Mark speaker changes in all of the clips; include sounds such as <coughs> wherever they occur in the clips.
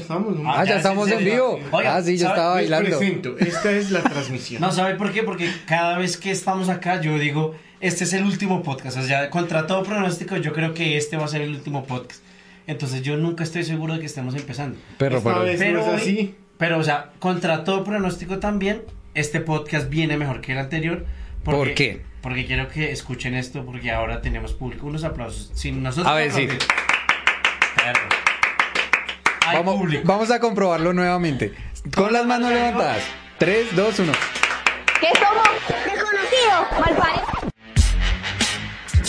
Speaker 1: estamos. ¿no?
Speaker 2: Ah, ya
Speaker 3: Ya,
Speaker 2: estamos
Speaker 3: sí,
Speaker 2: en
Speaker 3: sí,
Speaker 2: vivo.
Speaker 3: sí. Oiga,
Speaker 2: ah, sí, yo
Speaker 3: ¿sabe?
Speaker 2: estaba
Speaker 3: Les
Speaker 2: bailando.
Speaker 1: Presento, esta es la transmisión.
Speaker 3: No, ¿sabe por qué? Porque cada vez que estamos acá, yo digo, este es el último podcast. O sea, contra todo pronóstico, yo creo que este va a ser el último podcast. Entonces, yo nunca estoy seguro de que estemos empezando.
Speaker 2: Perro,
Speaker 1: Esta
Speaker 2: pero
Speaker 1: vez
Speaker 3: Pero
Speaker 1: no es
Speaker 3: hoy-
Speaker 1: así.
Speaker 3: Pero, o sea, contra todo pronóstico también, este podcast viene mejor que el anterior. porque-
Speaker 2: ¿Por qué?
Speaker 3: Porque quiero que escuchen esto, porque ahora tenemos público. Unos aplausos. Sin nosotros.
Speaker 2: A ver, sí.
Speaker 3: aplaudir. Perro. Hay
Speaker 2: vamos,
Speaker 3: público.
Speaker 2: vamos a comprobarlo nuevamente. Con las manos levantadas. 3, 2, 1.
Speaker 4: que somos desconocidos, malparidos.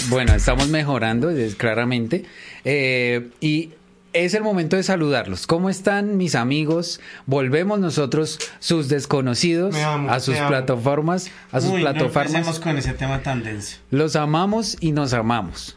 Speaker 2: Bueno, estamos mejorando, es- claramente. Eh, y es el momento de saludarlos. ¿Cómo están mis amigos? Volvemos nosotros, sus desconocidos,
Speaker 1: Me amo,
Speaker 2: a sus
Speaker 1: me amo.
Speaker 2: plataformas, a sus
Speaker 3: Uy, no
Speaker 2: plataformas.
Speaker 3: empecemos con ese tema tan denso.
Speaker 2: Los amamos y nos amamos.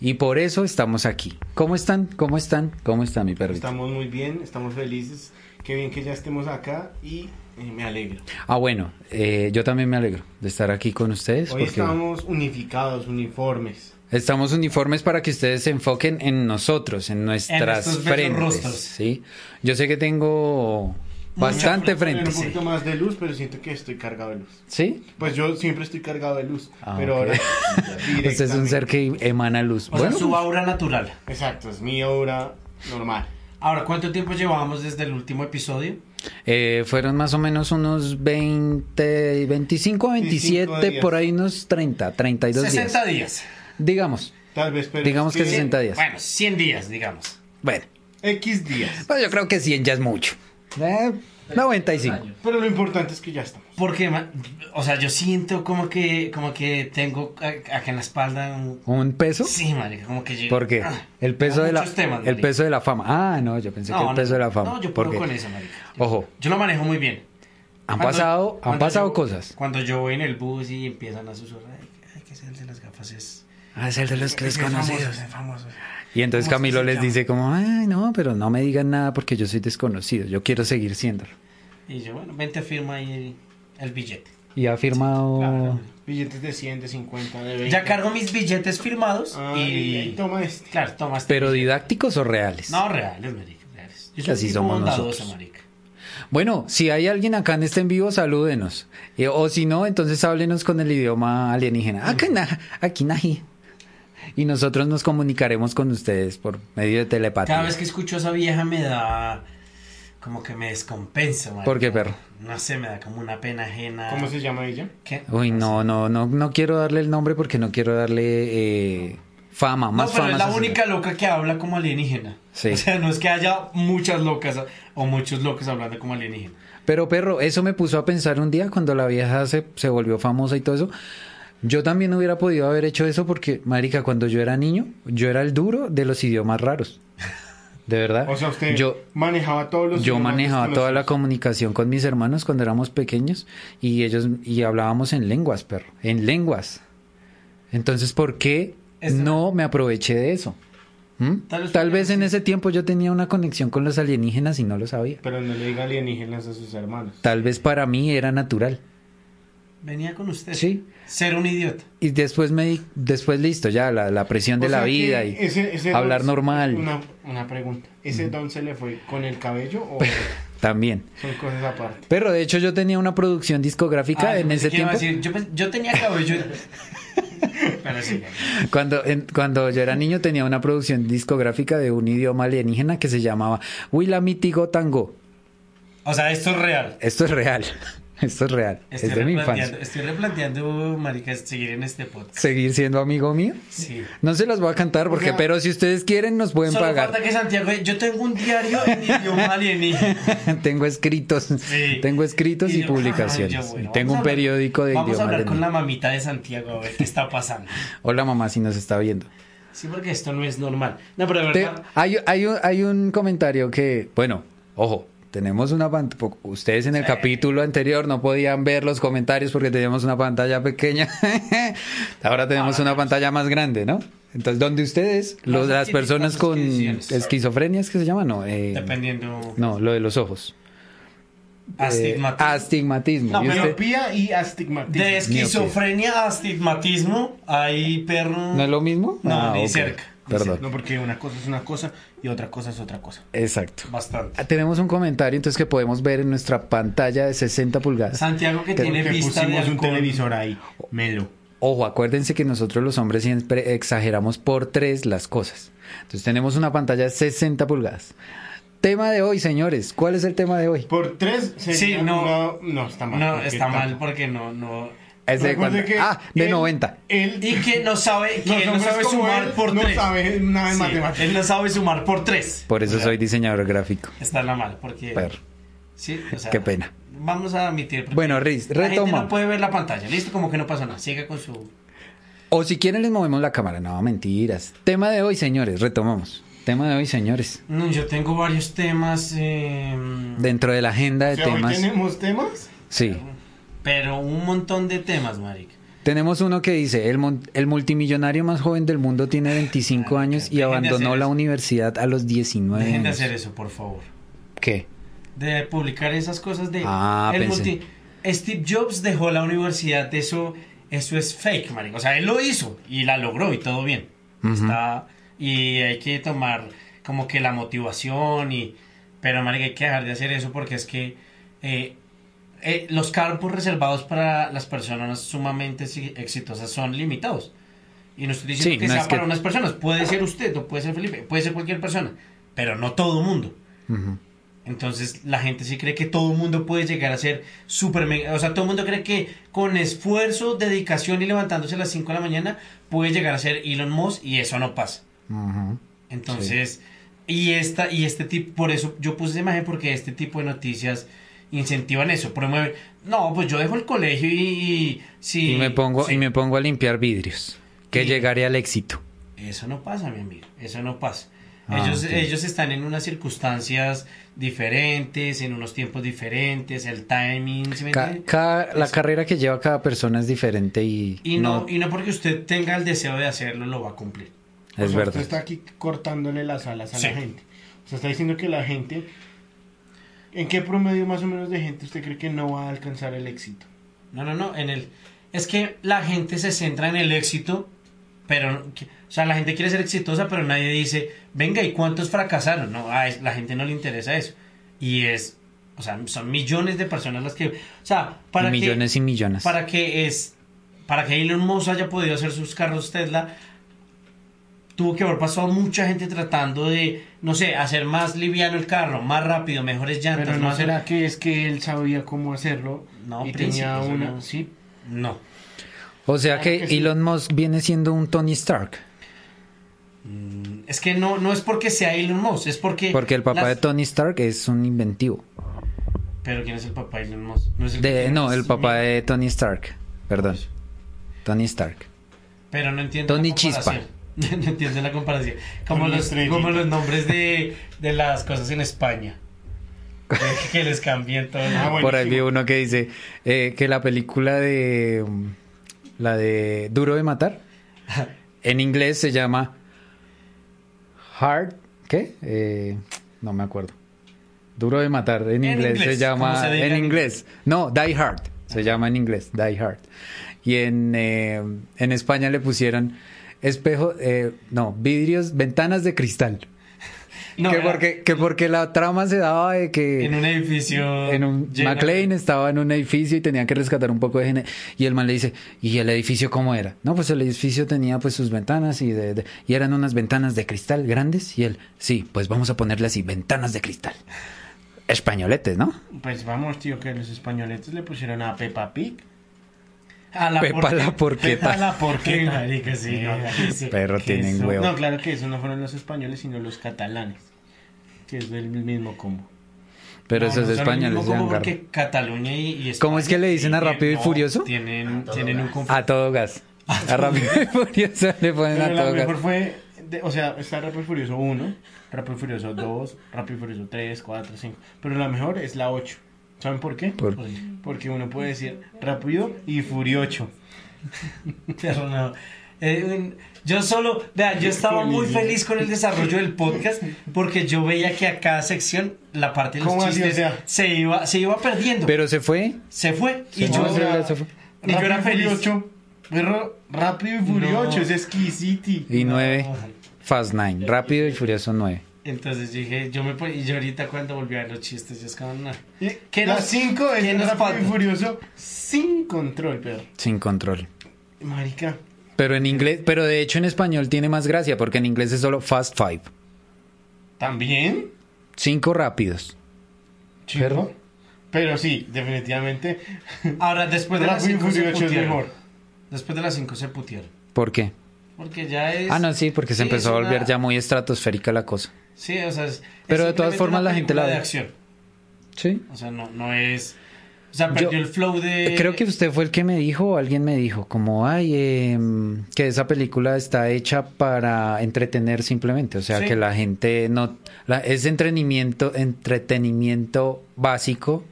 Speaker 2: Y por eso estamos aquí. ¿Cómo están? ¿Cómo están? ¿Cómo está mi perrito?
Speaker 1: Estamos muy bien, estamos felices. Qué bien que ya estemos acá y eh, me alegro.
Speaker 2: Ah, bueno, eh, yo también me alegro de estar aquí con ustedes.
Speaker 1: Hoy estamos unificados, uniformes.
Speaker 2: Estamos uniformes para que ustedes se enfoquen en nosotros, en nuestras
Speaker 3: estos bellos
Speaker 2: frentes.
Speaker 3: rostros.
Speaker 2: ¿sí? Yo sé que tengo bastante
Speaker 1: Poner
Speaker 3: Mucha
Speaker 2: frente.
Speaker 1: un
Speaker 2: ¿sí?
Speaker 1: poquito más de luz, pero siento que estoy cargado de luz.
Speaker 2: ¿Sí?
Speaker 1: Pues yo siempre estoy cargado de luz,
Speaker 2: Ah,
Speaker 1: pero
Speaker 2: <laughs> ok.
Speaker 1: ahora
Speaker 2: Usted es un ser que emana luz.
Speaker 3: O
Speaker 2: bueno, pues.
Speaker 3: sea, su aura natural.
Speaker 1: Exacto, es mi obra normal.
Speaker 3: Ahora, ¿cuánto tiempo llevábamos desde el último episodio?
Speaker 2: eh, fueron más o menos unos 20, 25, 27,
Speaker 1: días.
Speaker 2: por ahí unos 30, 32
Speaker 3: 60
Speaker 2: días.
Speaker 3: días.
Speaker 2: Digamos.
Speaker 1: Tal vez, pero
Speaker 2: Digamos
Speaker 1: es
Speaker 2: que 60 días.
Speaker 3: Bueno, 100 días, digamos.
Speaker 2: Bueno,
Speaker 1: X días.
Speaker 2: pues yo creo que 100 ya es mucho. Eh, 95.
Speaker 1: Pero lo importante es que ya estamos.
Speaker 3: Porque, ma- o sea, yo siento como que, como que tengo a- acá en la espalda un...
Speaker 2: ¿Un peso?
Speaker 3: Sí, marica, como que yo...
Speaker 2: ¿Por qué?
Speaker 3: Ah,
Speaker 2: El peso,
Speaker 3: hay
Speaker 2: de la,
Speaker 3: muchos temas,
Speaker 2: el
Speaker 3: marica.
Speaker 2: peso de la fama. Ah, no, yo pensé que el peso de la fama.
Speaker 3: No, yo
Speaker 2: ¿Por
Speaker 3: puedo
Speaker 2: qué?
Speaker 3: con eso, marica.
Speaker 2: Ojo,
Speaker 3: Yo lo manejo muy bien.
Speaker 2: han
Speaker 3: Cuando-
Speaker 2: pasado, han
Speaker 3: cuando
Speaker 2: pasado
Speaker 3: yo-
Speaker 2: cosas.
Speaker 3: Cuando yo voy en el bus y empiezan a susurrar, ay, ay, que es el de las gafas, es...
Speaker 2: Ah, es el de los que
Speaker 3: es
Speaker 2: desconocidos.
Speaker 3: famoso, es famoso.
Speaker 2: Y entonces
Speaker 3: ¿Cómo es que
Speaker 2: Camilo
Speaker 3: se
Speaker 2: les
Speaker 3: llama?
Speaker 2: dice como, ay, no, pero no me digan nada porque yo soy desconocido, yo quiero seguir siéndolo.
Speaker 3: Y yo, bueno, vente, firma ahí el billete.
Speaker 2: Y ha firmado...
Speaker 1: Claro, billetes de 100, de 50, de 20.
Speaker 3: Ya cargo mis billetes firmados
Speaker 1: Ah,
Speaker 3: y...
Speaker 1: y toma este.
Speaker 3: Claro, toma este
Speaker 2: ¿Pero
Speaker 3: billete.
Speaker 2: didácticos o reales?
Speaker 3: No, reales, marica, reales. Yo soy
Speaker 2: Así
Speaker 3: un tipo
Speaker 2: somos
Speaker 3: bondadoso,
Speaker 2: nosotros.
Speaker 3: marica.
Speaker 2: Bueno, si hay alguien acá en este en vivo, salúdenos. Eh, o si no, entonces háblenos con el idioma alienígena. Acá na- Aquí nají. Y nosotros nos comunicaremos con ustedes por medio de telepatía.
Speaker 3: Cada vez que escucho a esa vieja me da... Como que me descompensa, marica.
Speaker 2: ¿Por qué, perro?
Speaker 3: No sé, me da como una pena ajena.
Speaker 1: ¿Cómo se llama ella?
Speaker 3: ¿Qué?
Speaker 2: Uy, no, no, no, no quiero darle el nombre porque no quiero darle eh, fama,
Speaker 3: No,
Speaker 2: más
Speaker 3: pero
Speaker 2: fama.
Speaker 3: es
Speaker 2: a
Speaker 3: la
Speaker 2: esa
Speaker 3: única loca que habla como alienígena.
Speaker 2: Sí.
Speaker 3: <laughs> O sea, no es que haya muchas locas o muchos locos hablando como alienígena.
Speaker 2: Pero perro, eso me puso a pensar un día cuando la vieja se, se volvió famosa y todo eso. Yo también hubiera podido haber hecho eso porque, marica, cuando yo era niño, yo era el duro de los idiomas raros.
Speaker 3: <laughs>
Speaker 2: De verdad.
Speaker 1: O sea, usted
Speaker 2: Yo,
Speaker 1: manejaba todos los
Speaker 2: yo
Speaker 1: idiomas
Speaker 2: manejaba toda la
Speaker 1: desconocidos.
Speaker 2: comunicación con mis hermanos cuando éramos pequeños y ellos y hablábamos en lenguas, perro, en lenguas. Entonces, ¿por qué
Speaker 3: Este-
Speaker 2: no me aproveché de eso? ¿Mm?
Speaker 3: Tal vez-
Speaker 2: Tal vez en ese tiempo yo tenía una conexión con los alienígenas y no lo sabía.
Speaker 1: Pero no le diga alienígenas a sus hermanos.
Speaker 2: Tal vez para mí era natural.
Speaker 3: Venía con usted.
Speaker 2: Sí.
Speaker 3: Ser un idiota.
Speaker 2: Y después me di- después listo, ya la, la presión de
Speaker 1: O
Speaker 2: la
Speaker 1: sea que
Speaker 2: vida y
Speaker 1: ese- ese
Speaker 2: hablar
Speaker 1: don-
Speaker 2: normal
Speaker 1: Una, una pregunta. ¿Ese don se le fue con el cabello o
Speaker 2: Pues, también.
Speaker 1: son cosas aparte?
Speaker 2: Pero de hecho yo tenía una producción discográfica
Speaker 3: Ah, yo
Speaker 2: en
Speaker 3: pensé
Speaker 2: ese
Speaker 3: que iba
Speaker 2: tiempo.
Speaker 3: a decir, yo, pens- yo tenía cabello.
Speaker 2: <laughs>
Speaker 3: Pero sí.
Speaker 2: Cuando, en- cuando yo era niño tenía una producción discográfica de un idioma alienígena que se llamaba Willamitigo Tango.
Speaker 3: O sea, esto es real.
Speaker 2: Esto es real. <laughs> Esto es real.
Speaker 3: Estoy,
Speaker 2: es de mi
Speaker 3: replanteando,
Speaker 2: infancia.
Speaker 3: estoy replanteando, marica, seguir en este podcast.
Speaker 2: Seguir siendo amigo mío.
Speaker 3: Sí.
Speaker 2: No se las voy a cantar porque,
Speaker 1: sea,
Speaker 2: pero si ustedes quieren nos pueden
Speaker 3: Solo
Speaker 2: pagar.
Speaker 3: falta que Santiago, yo tengo un diario en idioma alienígena.
Speaker 2: <laughs> tengo escritos,
Speaker 3: Sí.
Speaker 2: tengo escritos y,
Speaker 3: yo,
Speaker 2: publicaciones.
Speaker 3: ay, yo, bueno,
Speaker 2: Y tengo un
Speaker 3: vamos a hablar-
Speaker 2: periódico de
Speaker 3: Vamos
Speaker 2: idioma
Speaker 3: a hablar con
Speaker 2: alienígena.
Speaker 3: la mamita de Santiago a ver qué está pasando.
Speaker 2: Hola mamá, si nos está viendo.
Speaker 3: Sí, porque esto no es normal. No, pero de
Speaker 2: Te-
Speaker 3: verdad.
Speaker 2: hay, hay un, hay un comentario que, bueno, ojo, tenemos una pantalla. Ustedes en el capítulo anterior no podían ver los comentarios porque teníamos una pantalla pequeña. <laughs> Ahora tenemos una pantalla más grande, ¿no? Entonces, donde ustedes,
Speaker 3: No
Speaker 2: los-
Speaker 3: sé
Speaker 2: las
Speaker 3: qué
Speaker 2: personas
Speaker 3: tipo de
Speaker 2: con
Speaker 3: descripciones.
Speaker 2: esquizofrenia, ¿es que se llama? No, eh,
Speaker 3: Dependiendo.
Speaker 2: no, lo de los ojos. Eh,
Speaker 3: Astigmatismo.
Speaker 2: astigmatismo.
Speaker 3: No,
Speaker 2: ¿Y
Speaker 3: pero
Speaker 2: usted?
Speaker 1: Miopía y astigmatismo.
Speaker 3: de esquizofrenia a astigmatismo, hay perro.
Speaker 2: ¿No es lo mismo?
Speaker 3: No,
Speaker 2: Ah,
Speaker 3: ni
Speaker 2: ok.
Speaker 3: cerca.
Speaker 2: Perdón.
Speaker 1: No, porque una cosa es una cosa y otra cosa es otra cosa.
Speaker 2: Exacto.
Speaker 3: Bastante.
Speaker 2: Ah, Tenemos un comentario entonces que podemos ver en nuestra pantalla de 60 pulgadas.
Speaker 3: Santiago que
Speaker 2: Te-
Speaker 3: tiene
Speaker 1: Porque
Speaker 3: vista de
Speaker 1: pusimos un
Speaker 3: halcón.
Speaker 1: televisor ahí, melo.
Speaker 2: Ojo, acuérdense que nosotros los hombres siempre exageramos por tres las cosas. Entonces tenemos una pantalla de 60 pulgadas. Tema de hoy, señores. ¿Cuál es el tema de hoy?
Speaker 1: Por tres sería
Speaker 3: Sí, no.
Speaker 1: una- no, está mal.
Speaker 3: No,
Speaker 1: porque
Speaker 3: está mal
Speaker 1: tampoco.
Speaker 3: porque no, no.
Speaker 2: Es
Speaker 3: Pues
Speaker 2: de
Speaker 1: Recuerde
Speaker 2: cuando-
Speaker 1: que
Speaker 2: Ah, de
Speaker 1: él-
Speaker 2: 90.
Speaker 1: Él
Speaker 3: Y que no sabe, que él no sabe sumar por
Speaker 1: no
Speaker 3: tres.
Speaker 1: sabe nada de
Speaker 3: Sí,
Speaker 1: matemáticas.
Speaker 3: él no sabe sumar por tres.
Speaker 2: Por eso
Speaker 3: O sea,
Speaker 2: soy diseñador gráfico.
Speaker 3: Está la mal, Eh, porque.
Speaker 2: Perro.
Speaker 3: Sí, o sea,
Speaker 2: Qué pena.
Speaker 3: Vamos a admitir. porque
Speaker 2: Bueno, Riz,
Speaker 3: La gente
Speaker 2: retoma.
Speaker 3: no puede ver la pantalla, listo, como que no pasa nada. Siga con su.
Speaker 2: O si quieren les movemos la cámara. No, mentiras. Tema de hoy, señores. Retomamos. Tema de hoy, señores.
Speaker 3: No, yo tengo varios temas, eh,
Speaker 2: Dentro de la agenda de
Speaker 1: O sea, hoy
Speaker 2: temas.
Speaker 1: tenemos temas.
Speaker 2: Sí.
Speaker 3: pero un montón de temas, marica.
Speaker 2: Tenemos uno que dice, el, mon- el multimillonario más joven del mundo tiene 25
Speaker 3: Ah,
Speaker 2: años
Speaker 3: dejen
Speaker 2: y
Speaker 3: de
Speaker 2: abandonó
Speaker 3: hacer
Speaker 2: la
Speaker 3: eso.
Speaker 2: universidad a los 19
Speaker 3: Dejen de
Speaker 2: años.
Speaker 3: hacer eso, por favor.
Speaker 2: ¿Qué?
Speaker 3: De publicar esas cosas de.
Speaker 2: Ah,
Speaker 3: el
Speaker 2: pensé.
Speaker 3: Steve Jobs dejó la universidad, eso, eso es fake, marica. O sea, él lo hizo y la logró y todo bien.
Speaker 2: Ujú.
Speaker 3: Está- y hay que tomar como que la motivación y. Pero, marica, hay que dejar de hacer eso porque es que. eh, eh, los campos reservados para las personas sumamente si- exitosas son limitados. Y no estoy diciendo
Speaker 2: Sí,
Speaker 3: que
Speaker 2: no
Speaker 3: sea
Speaker 2: es que-
Speaker 3: para unas personas. Puede ser usted, no puede ser Felipe, puede ser cualquier persona. Pero no todo mundo.
Speaker 2: Ujú.
Speaker 3: Entonces la gente sí cree que todo el mundo puede llegar a ser super mega- O sea, todo el mundo cree que con esfuerzo, dedicación y levantándose a las 5 de la mañana puede llegar a ser Elon Musk y eso no pasa.
Speaker 2: Ujú.
Speaker 3: Entonces, y esta, y este tipo, por eso yo puse esa imagen porque este tipo de noticias incentivan eso, promueven, no, pues yo dejo el colegio y, y si
Speaker 2: Y, me pongo,
Speaker 3: sí".
Speaker 2: y me pongo a limpiar vidrios. Que
Speaker 3: Sí.
Speaker 2: llegaré al éxito.
Speaker 3: Eso no pasa, mi amigo, eso no pasa.
Speaker 2: Ah,
Speaker 3: ellos,
Speaker 2: ok.
Speaker 3: ellos están en unas circunstancias diferentes, en unos tiempos diferentes, el timing, ¿sí me
Speaker 2: Ca-
Speaker 3: entiende?
Speaker 2: cada- la
Speaker 3: Eso.
Speaker 2: carrera que lleva cada persona es diferente y,
Speaker 3: Y no, y no porque usted tenga el deseo de hacerlo, lo va a cumplir.
Speaker 1: O
Speaker 2: es
Speaker 1: sea,
Speaker 2: verdad.
Speaker 1: Usted está aquí cortándole las alas a
Speaker 3: Sí.
Speaker 1: la gente. O sea, está diciendo que la gente. ¿En qué promedio más o menos de gente usted cree que no va a alcanzar el éxito?
Speaker 3: No, no, no, en el... Es que la gente se centra en el éxito, pero... que- O sea, la gente quiere ser exitosa, pero nadie dice, venga, ¿y cuántos fracasaron? No, a es- la gente no le interesa eso. Y es... O sea, son millones de personas las que... O sea, para
Speaker 2: Y
Speaker 3: que-
Speaker 2: millones y millones.
Speaker 3: Para que es para que Elon Musk haya podido hacer sus carros Tesla tuvo que haber pasado mucha gente tratando de no sé, hacer más liviano el carro, más rápido, mejores llantas,
Speaker 1: Pero no
Speaker 3: más
Speaker 1: será que es que él sabía cómo hacerlo
Speaker 3: No,
Speaker 1: y
Speaker 3: príncipe,
Speaker 1: tenía
Speaker 3: eso
Speaker 1: una.
Speaker 3: no.
Speaker 1: Sí,
Speaker 3: no.
Speaker 2: o sea
Speaker 1: claro
Speaker 2: que,
Speaker 1: que sí.
Speaker 2: Elon Musk viene siendo un Tony Stark.
Speaker 3: Es que no no es porque sea Elon Musk, es porque
Speaker 2: Porque el papá
Speaker 3: las-
Speaker 2: de Tony Stark es un inventivo.
Speaker 3: Pero quién es el papá de Elon Musk? No es el, que
Speaker 2: De-
Speaker 3: tiene
Speaker 2: no,
Speaker 3: las
Speaker 2: el papá
Speaker 3: mil-
Speaker 2: de Tony Stark. Perdón. Tony Stark.
Speaker 3: Pero no entiendo
Speaker 2: Tony
Speaker 3: la comparación. <laughs> no entiendo la comparación. Como
Speaker 1: Tony
Speaker 3: los
Speaker 1: Estrellita.
Speaker 3: como los nombres de, de las cosas en
Speaker 2: <laughs>
Speaker 3: España. Eh, que les cambien todo.
Speaker 1: Ah, bueno.
Speaker 2: Por ahí
Speaker 1: Buenísimo.
Speaker 2: vi uno que dice eh, que la película de. mm, La de Duro
Speaker 3: <laughs>
Speaker 2: de Matar. En inglés se llama. Hard. ¿Qué? Eh, no me acuerdo. Duro de Matar.
Speaker 3: En
Speaker 2: En, inglés, se
Speaker 3: inglés,
Speaker 2: llama.
Speaker 3: ¿cómo se diga
Speaker 2: en
Speaker 3: en
Speaker 2: inglés. No, Die Hard. Se llama en inglés. Die Hard. Y en, eh, en España le pusieron. Espejo. eh, no, vidrios. Ventanas de cristal.
Speaker 3: No,
Speaker 2: que,
Speaker 3: era
Speaker 2: porque, que porque la trama se daba de que.
Speaker 3: en un edificio.
Speaker 2: En un
Speaker 3: lleno-
Speaker 2: McLean estaba en un edificio y tenían que rescatar un poco de gente. Y el man le dice, ¿y el edificio cómo era? No, pues el edificio tenía pues sus ventanas y, de, de- y eran unas ventanas de cristal grandes. Y él, sí, pues vamos a ponerle así, ventanas de cristal. Españoletes, ¿no?
Speaker 1: pues vamos, tío, que los españoletes le pusieron a Peppa Pig.
Speaker 3: A la
Speaker 2: Pepa la
Speaker 1: <laughs>
Speaker 2: porqueta.
Speaker 3: Pepa <laughs> la porqueta.
Speaker 1: Ay,
Speaker 3: marica, sí, no,
Speaker 1: Eh,
Speaker 3: sí.
Speaker 2: Perro
Speaker 1: Que
Speaker 2: tienen
Speaker 1: eso-
Speaker 2: huevo.
Speaker 1: No, claro que eso no fueron los españoles, sino los catalanes. Que es del mismo combo.
Speaker 2: Pero
Speaker 3: No,
Speaker 2: esos
Speaker 3: no son lo
Speaker 2: españoles
Speaker 3: mismo, como
Speaker 2: llevan garra.
Speaker 3: porque Cataluña y, y España
Speaker 2: ¿Cómo es que le dicen a
Speaker 3: tienen-
Speaker 2: Rápido y
Speaker 3: no,
Speaker 2: Furioso?
Speaker 1: Ah,
Speaker 3: Tienen, tienen un conflicto.
Speaker 2: A todo gas. A rápido y furioso le ponen
Speaker 1: Pero
Speaker 2: a
Speaker 1: la
Speaker 2: todo
Speaker 1: mejor
Speaker 2: gas.
Speaker 1: fue, de- o sea, está Rápido y Furioso 1, Rápido y Furioso 2, Rápido y Furioso 3, 4, 5. Pero la mejor es la 8. ¿Saben por qué?
Speaker 2: Por-
Speaker 1: Porque uno puede decir Rápido y Furioso.
Speaker 3: <laughs> Pero no. Eh, un- yo solo, vea, yo estaba muy feliz con el desarrollo del
Speaker 1: <laughs>
Speaker 3: podcast porque yo veía que a cada sección la parte de los
Speaker 1: ¿Cómo así,
Speaker 3: chistes
Speaker 1: o sea?
Speaker 3: se iba se iba perdiendo.
Speaker 2: Pero se fue.
Speaker 3: se fue y
Speaker 2: Se
Speaker 3: yo
Speaker 2: fue, se fue, se fue.
Speaker 3: Y yo era feliz.
Speaker 1: Furioso, pero Rápido y
Speaker 3: No.
Speaker 1: Furioso es exquisiti.
Speaker 2: Y nueve.
Speaker 3: No,
Speaker 2: Fast Nine, Rápido y Furioso 9.
Speaker 3: Entonces dije, yo me pon- y yo ahorita cuando volví a ver los chistes, yo es como, no.
Speaker 1: Y
Speaker 3: ¿Qué
Speaker 1: las
Speaker 3: nos-
Speaker 1: cinco
Speaker 3: qué
Speaker 1: en
Speaker 3: nos
Speaker 1: Rápido y
Speaker 3: falta?
Speaker 1: Furioso sin control, perro.
Speaker 2: Sin control.
Speaker 1: Marica.
Speaker 2: Pero en inglés, pero de hecho en español tiene más gracia porque en inglés es solo Fast Five.
Speaker 1: ¿También?
Speaker 2: Cinco rápidos.
Speaker 1: Pero, pero sí, definitivamente.
Speaker 3: Ahora, después de las
Speaker 1: Rápido y
Speaker 3: 5 se
Speaker 1: Furioso es
Speaker 3: putearon.
Speaker 1: mejor.
Speaker 3: Después de las 5 se putearon.
Speaker 2: ¿Por qué?
Speaker 3: Porque ya es.
Speaker 2: Ah, no, sí, porque se empezó
Speaker 3: es
Speaker 2: a volver
Speaker 3: una-
Speaker 2: ya muy estratosférica la cosa.
Speaker 3: Sí, o sea. es-
Speaker 2: Pero
Speaker 3: es
Speaker 2: de todas
Speaker 3: simplemente
Speaker 2: formas
Speaker 3: una
Speaker 2: la gente la
Speaker 3: película de
Speaker 2: ve.
Speaker 3: acción.
Speaker 2: Sí.
Speaker 3: O sea, no, no es. O sea,
Speaker 2: Yo-
Speaker 3: perdió el flow de.
Speaker 2: Eh, Creo que usted fue el que me dijo, o alguien me dijo, como, ay, em, que esa película está hecha para entretener simplemente. O sea,
Speaker 3: Sí.
Speaker 2: que la gente no. la- es entretenimiento, entretenimiento básico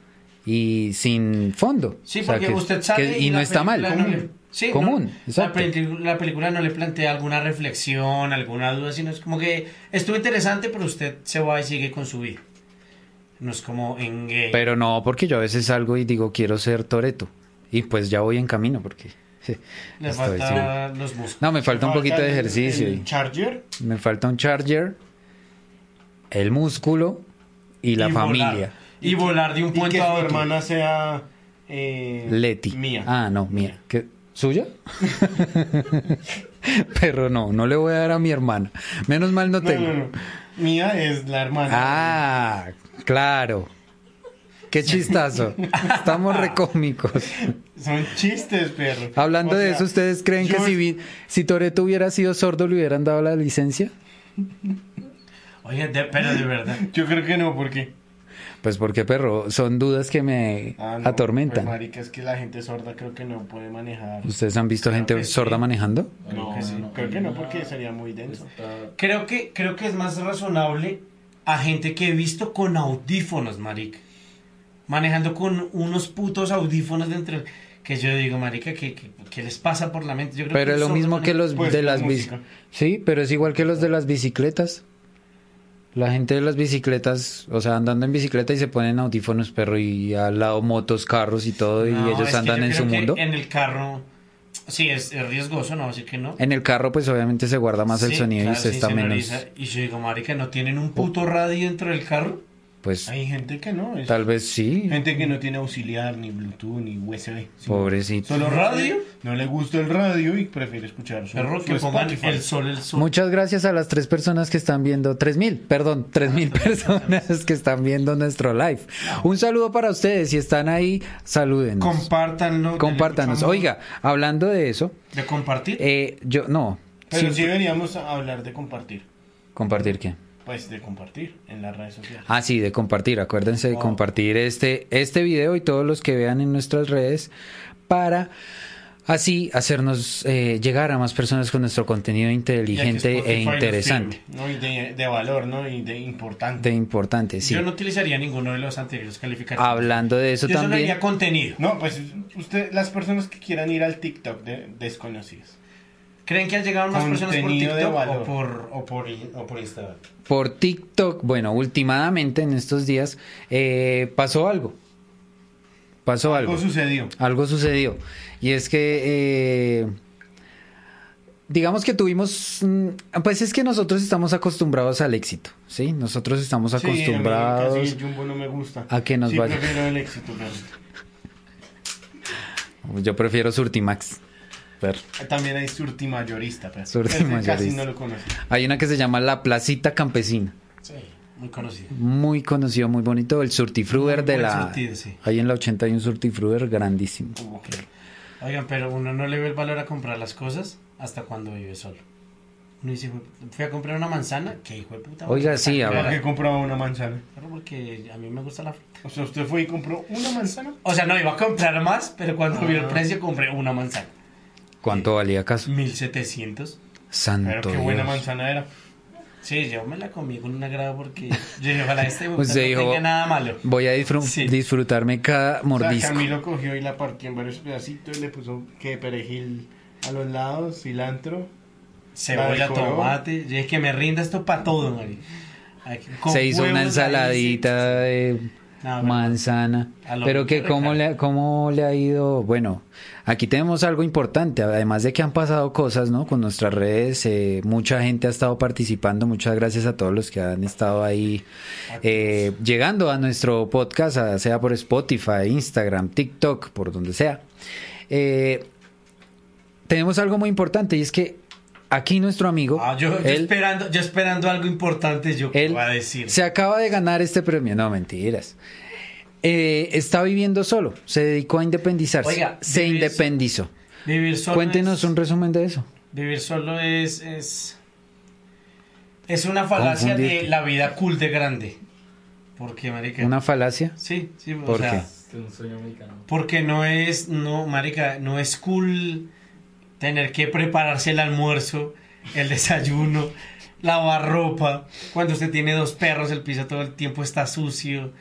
Speaker 2: y sin fondo.
Speaker 3: Sí,
Speaker 2: O sea,
Speaker 3: porque
Speaker 2: que-
Speaker 3: usted sale.
Speaker 2: que- y
Speaker 3: la
Speaker 2: no está mal.
Speaker 3: película no
Speaker 2: común.
Speaker 3: le- Sí,
Speaker 2: común,
Speaker 3: no, la,
Speaker 2: exacto.
Speaker 3: pelicu- la película no le plantea alguna reflexión, alguna duda, sino es como que estuvo interesante, pero usted se va y sigue con su vida. No es como en gay.
Speaker 2: Pero no, porque yo a veces salgo y digo, quiero ser Toreto. Y pues ya voy en camino, porque.
Speaker 3: le
Speaker 2: estoy-
Speaker 3: falta los músculos.
Speaker 2: No, me falta un poquito de
Speaker 1: el-
Speaker 2: ejercicio.
Speaker 1: el
Speaker 2: y-
Speaker 1: Charger.
Speaker 2: Me falta un charger, el músculo y la
Speaker 3: Y volar.
Speaker 2: familia.
Speaker 3: y volar de un
Speaker 1: Y
Speaker 3: punto
Speaker 1: que
Speaker 3: a
Speaker 1: su
Speaker 3: otro.
Speaker 1: hermana sea. eh,
Speaker 2: Leti.
Speaker 1: Mía.
Speaker 2: Ah, no, mía. ¿Qué? ¿Suya? <laughs> Pero no, no le voy a dar a mi hermana. Menos mal no
Speaker 1: No,
Speaker 2: tengo.
Speaker 1: no, no. Mía es la hermana.
Speaker 2: Ah, claro.
Speaker 1: <laughs>
Speaker 2: Qué chistazo. Estamos recómicos.
Speaker 1: Son chistes, perro.
Speaker 2: Hablando
Speaker 1: O
Speaker 2: de
Speaker 1: sea,
Speaker 2: eso, ¿ustedes creen que
Speaker 1: yo-
Speaker 2: si, vi- si Toreto hubiera sido sordo le hubieran dado la licencia?
Speaker 3: Oye, de- pero de verdad.
Speaker 1: Yo creo que no, porque.
Speaker 2: Pues porque, perro, son dudas que me
Speaker 1: Ah, no,
Speaker 2: atormentan.
Speaker 1: pues, marica, es que la gente sorda creo que no puede manejar.
Speaker 2: ¿Ustedes han visto
Speaker 3: Creo
Speaker 2: gente
Speaker 3: que sí.
Speaker 2: sorda manejando?
Speaker 1: No,
Speaker 3: Creo que sí.
Speaker 1: creo que no, porque sería muy denso.
Speaker 3: Creo que, creo que es más razonable a gente que he visto con audífonos, marica. Manejando con unos putos audífonos dentro. Que yo digo, marica, ¿qué, qué, qué les pasa por la mente? Yo creo
Speaker 2: Pero
Speaker 3: que
Speaker 2: es lo
Speaker 3: son-
Speaker 2: mismo que los
Speaker 1: Pues,
Speaker 2: de
Speaker 1: la
Speaker 2: las bici-
Speaker 1: música.
Speaker 2: Sí, pero es igual que los de las bicicletas. La gente de las bicicletas, o sea, andando en bicicleta y se ponen audífonos, perro, y al lado motos, carros y
Speaker 3: No,
Speaker 2: todo, y ellos
Speaker 3: es que
Speaker 2: andan
Speaker 3: yo
Speaker 2: en
Speaker 3: creo
Speaker 2: su
Speaker 3: que
Speaker 2: mundo. En...
Speaker 3: En el carro. Sí, es, es riesgoso, no, así que no.
Speaker 2: el carro, pues obviamente se guarda más el
Speaker 3: Sí,
Speaker 2: sonido
Speaker 3: claro,
Speaker 2: y se
Speaker 3: sí,
Speaker 2: está
Speaker 3: se
Speaker 2: menos. Oh.
Speaker 3: sonoriza. Y yo digo, marica, ¿no tienen un puto radio dentro del carro?
Speaker 2: Pues
Speaker 1: Hay gente que no. es-
Speaker 2: tal vez sí.
Speaker 1: Gente que no tiene auxiliar, ni Bluetooth, ni USB. sí.
Speaker 2: Pobrecito.
Speaker 1: Solo radio.
Speaker 3: radio.
Speaker 1: No le gusta el radio y prefiere escuchar su,
Speaker 3: Perro,
Speaker 1: su
Speaker 3: que pongan
Speaker 1: pues Spotify.
Speaker 3: el sol, el sol.
Speaker 2: Muchas gracias a las tres personas que están viendo, tres mil, perdón, tres mil <laughs> personas que están viendo nuestro live. Un saludo para ustedes, si están ahí, salúdenos.
Speaker 3: Compártanlo. denle
Speaker 2: Compártanos.
Speaker 3: mucho amor.
Speaker 2: Oiga, hablando de eso,
Speaker 3: ¿De compartir?
Speaker 2: eh, yo no.
Speaker 1: Pero
Speaker 2: Sí,
Speaker 1: sí deberíamos hablar de compartir.
Speaker 2: ¿Compartir qué?
Speaker 1: Pues de compartir en las redes sociales.
Speaker 2: Ah, sí, de compartir. Acuérdense de
Speaker 1: Oh.
Speaker 2: compartir este, este video y todos los que vean en nuestras redes para así hacernos eh, llegar a más personas con nuestro contenido
Speaker 3: Ya que
Speaker 2: inteligente
Speaker 3: Spotify
Speaker 2: e
Speaker 3: nos
Speaker 2: interesante.
Speaker 3: firme.
Speaker 1: No, y de, de valor, ¿no? Y de importante.
Speaker 2: De importante, sí.
Speaker 3: Yo no utilizaría ninguno de los anteriores calificativos.
Speaker 2: Hablando de eso
Speaker 3: Yo solo
Speaker 2: también.
Speaker 3: haría contenido.
Speaker 1: No, pues usted, las personas que quieran ir al TikTok de desconocidos.
Speaker 3: ¿Creen que han llegado más personas por
Speaker 1: Contenido de
Speaker 3: TikTok
Speaker 1: valor.
Speaker 3: o por, o, por, o por Instagram?
Speaker 2: por TikTok, bueno, últimamente en estos días eh, pasó algo. Pasó algo.
Speaker 1: Algo sucedió.
Speaker 2: Algo sucedió. Y es que, eh, digamos que tuvimos, mm, pues es que nosotros estamos acostumbrados al éxito, ¿sí? Nosotros estamos
Speaker 1: Sí, a mí
Speaker 2: acostumbrados.
Speaker 1: casi el Jumbo no me gusta.
Speaker 2: a que nos
Speaker 1: sí,
Speaker 2: vaya.
Speaker 1: prefiero el éxito, pero
Speaker 2: Yo prefiero Surtimax. Pero
Speaker 1: También hay surtimayorista, pero
Speaker 2: Surtimayorista.
Speaker 1: Ese casi no lo conozco.
Speaker 2: hay una que se llama La Placita Campesina.
Speaker 3: Sí, muy conocido.
Speaker 2: Muy conocido, muy bonito. El Surtifruer
Speaker 3: Muy
Speaker 2: de
Speaker 3: buen
Speaker 2: la.
Speaker 3: surtido, sí.
Speaker 2: Ahí en la 80 hay un Surtifruer grandísimo.
Speaker 3: Oigan, pero uno no le ve el valor a comprar las cosas hasta cuando vive solo. Uno dice, "Fue- fui a comprar una manzana, qué hijo de puta.
Speaker 2: Oiga,
Speaker 3: manzana
Speaker 2: sí,
Speaker 3: tan
Speaker 2: ahora-
Speaker 1: ¿Por qué
Speaker 3: cara".
Speaker 1: compraba una manzana?
Speaker 3: Claro, Porque a mí me gusta la fruta.
Speaker 1: O sea, usted fue y compró una manzana.
Speaker 3: O sea, no iba a comprar más, pero cuando
Speaker 1: Ah.
Speaker 3: vio el precio compré una manzana.
Speaker 2: ¿Cuánto valía acaso?
Speaker 3: 1700.
Speaker 2: Santo
Speaker 1: Pero qué buena
Speaker 2: Dios.
Speaker 1: manzana era.
Speaker 3: Sí, yo me la comí con un agrado porque yo dije, ojalá este no
Speaker 2: <laughs> Usted dijo,
Speaker 3: tenga nada malo.
Speaker 2: Voy a disfrut-
Speaker 3: Sí.
Speaker 2: disfrutarme cada
Speaker 1: O sea,
Speaker 2: mordisco.
Speaker 1: Camilo cogió y la partió en varios pedacitos, le puso que perejil a los lados, cilantro.
Speaker 3: Cebolla,
Speaker 1: La decoró.
Speaker 3: tomate. Yo dije que me rinda esto para todo, Mari. Ay, con
Speaker 2: Se hizo una
Speaker 3: huevos ahí,
Speaker 2: ensaladita de
Speaker 3: sí. No, pero-
Speaker 2: manzana.
Speaker 3: Ah, A lo
Speaker 2: Pero que
Speaker 3: mucho
Speaker 2: cómo
Speaker 3: recal-
Speaker 2: le, cómo le ha ido, bueno, aquí tenemos algo importante, además de que han pasado cosas, ¿no? Con nuestras redes, eh, mucha gente ha estado participando, muchas gracias a todos los que han estado ahí eh, llegando a nuestro podcast, a- sea por Spotify, Instagram, TikTok, por donde sea. Eh, tenemos algo muy importante y es que aquí nuestro amigo,
Speaker 3: Ah, yo, yo
Speaker 2: él-
Speaker 3: esperando, yo esperando algo importante, yo
Speaker 2: él
Speaker 3: voy a decir.
Speaker 2: se acaba de ganar este premio. No, mentiras. Eh, está viviendo solo. Se dedicó a independizarse.
Speaker 3: Oiga,
Speaker 2: se
Speaker 3: vivir-
Speaker 2: independizó.
Speaker 3: Vivir solo
Speaker 2: Cuéntenos
Speaker 3: es-
Speaker 2: un resumen de eso.
Speaker 3: Vivir solo es, es. es una falacia de
Speaker 2: Confundirte.
Speaker 3: la vida cool de grande. Porque, marica.
Speaker 2: Una falacia.
Speaker 3: Sí, sí, o
Speaker 2: ¿Por
Speaker 3: sea,
Speaker 2: qué?
Speaker 5: Este Es un sueño americano.
Speaker 3: Porque no es, no, marica, no es cool tener que prepararse el almuerzo, el desayuno, <laughs> lavar ropa. Cuando usted tiene dos perros, el piso todo el tiempo está sucio.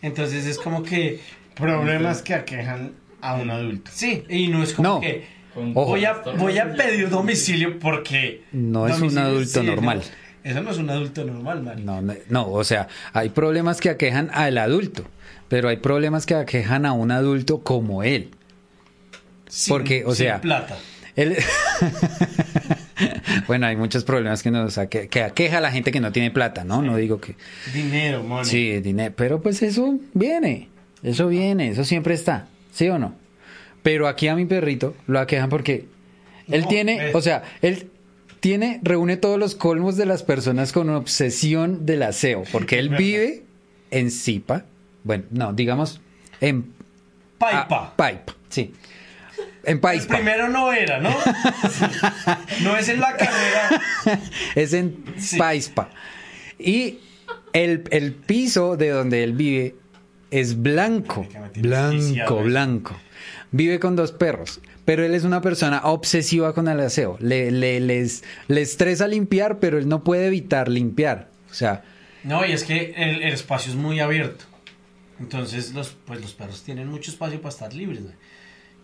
Speaker 3: Entonces es como que,
Speaker 1: Problemas que aquejan a un adulto.
Speaker 3: sí, y no es como
Speaker 2: No.
Speaker 3: que
Speaker 5: Con
Speaker 2: Ojo.
Speaker 3: voy a,
Speaker 5: trastorno
Speaker 3: voy a
Speaker 5: suyo.
Speaker 3: pedir domicilio porque...
Speaker 2: No es un
Speaker 3: domicilio-
Speaker 2: adulto
Speaker 3: no.
Speaker 2: normal.
Speaker 3: eso no es un adulto normal, marica.
Speaker 2: No, no, no, o sea, hay problemas que aquejan al adulto, pero hay problemas que aquejan a un adulto como él.
Speaker 3: Sin-
Speaker 2: Porque, o
Speaker 3: sin
Speaker 2: sea,
Speaker 3: plata.
Speaker 2: Él- <laughs> bueno, hay muchos problemas que nos aque- que aqueja a la gente que no tiene plata, ¿no? No digo que
Speaker 1: Dinero, money.
Speaker 2: Sí, dinero. Pero pues eso viene. Eso viene. Eso siempre está. ¿Sí o no? Pero aquí a mi perrito lo aquejan porque él
Speaker 3: No,
Speaker 2: tiene,
Speaker 3: eh.
Speaker 2: o sea, él tiene, reúne todos los colmos de las personas con obsesión del aseo.
Speaker 3: <laughs>
Speaker 2: Porque él vive en Zipa. Bueno, no, digamos en
Speaker 3: Paipa.
Speaker 2: ah, Paipa, sí. En
Speaker 3: El
Speaker 2: Paipa.
Speaker 3: primero no era,
Speaker 2: <laughs>
Speaker 3: ¿no? no es en la carrera.
Speaker 2: <laughs> es en
Speaker 3: Sí.
Speaker 2: Paispa. Y el, el piso de donde él vive es blanco.
Speaker 3: Marica, me tienes
Speaker 2: Blanco,
Speaker 3: viciado.
Speaker 2: blanco. Vive con dos perros. Pero él es una persona obsesiva con el aseo. Le, le, les, le estresa limpiar, pero él no puede evitar limpiar. O sea,
Speaker 3: No, y es que el, el espacio es muy abierto. Entonces, los, pues los perros tienen mucho espacio para estar libres. Ah, ¿no?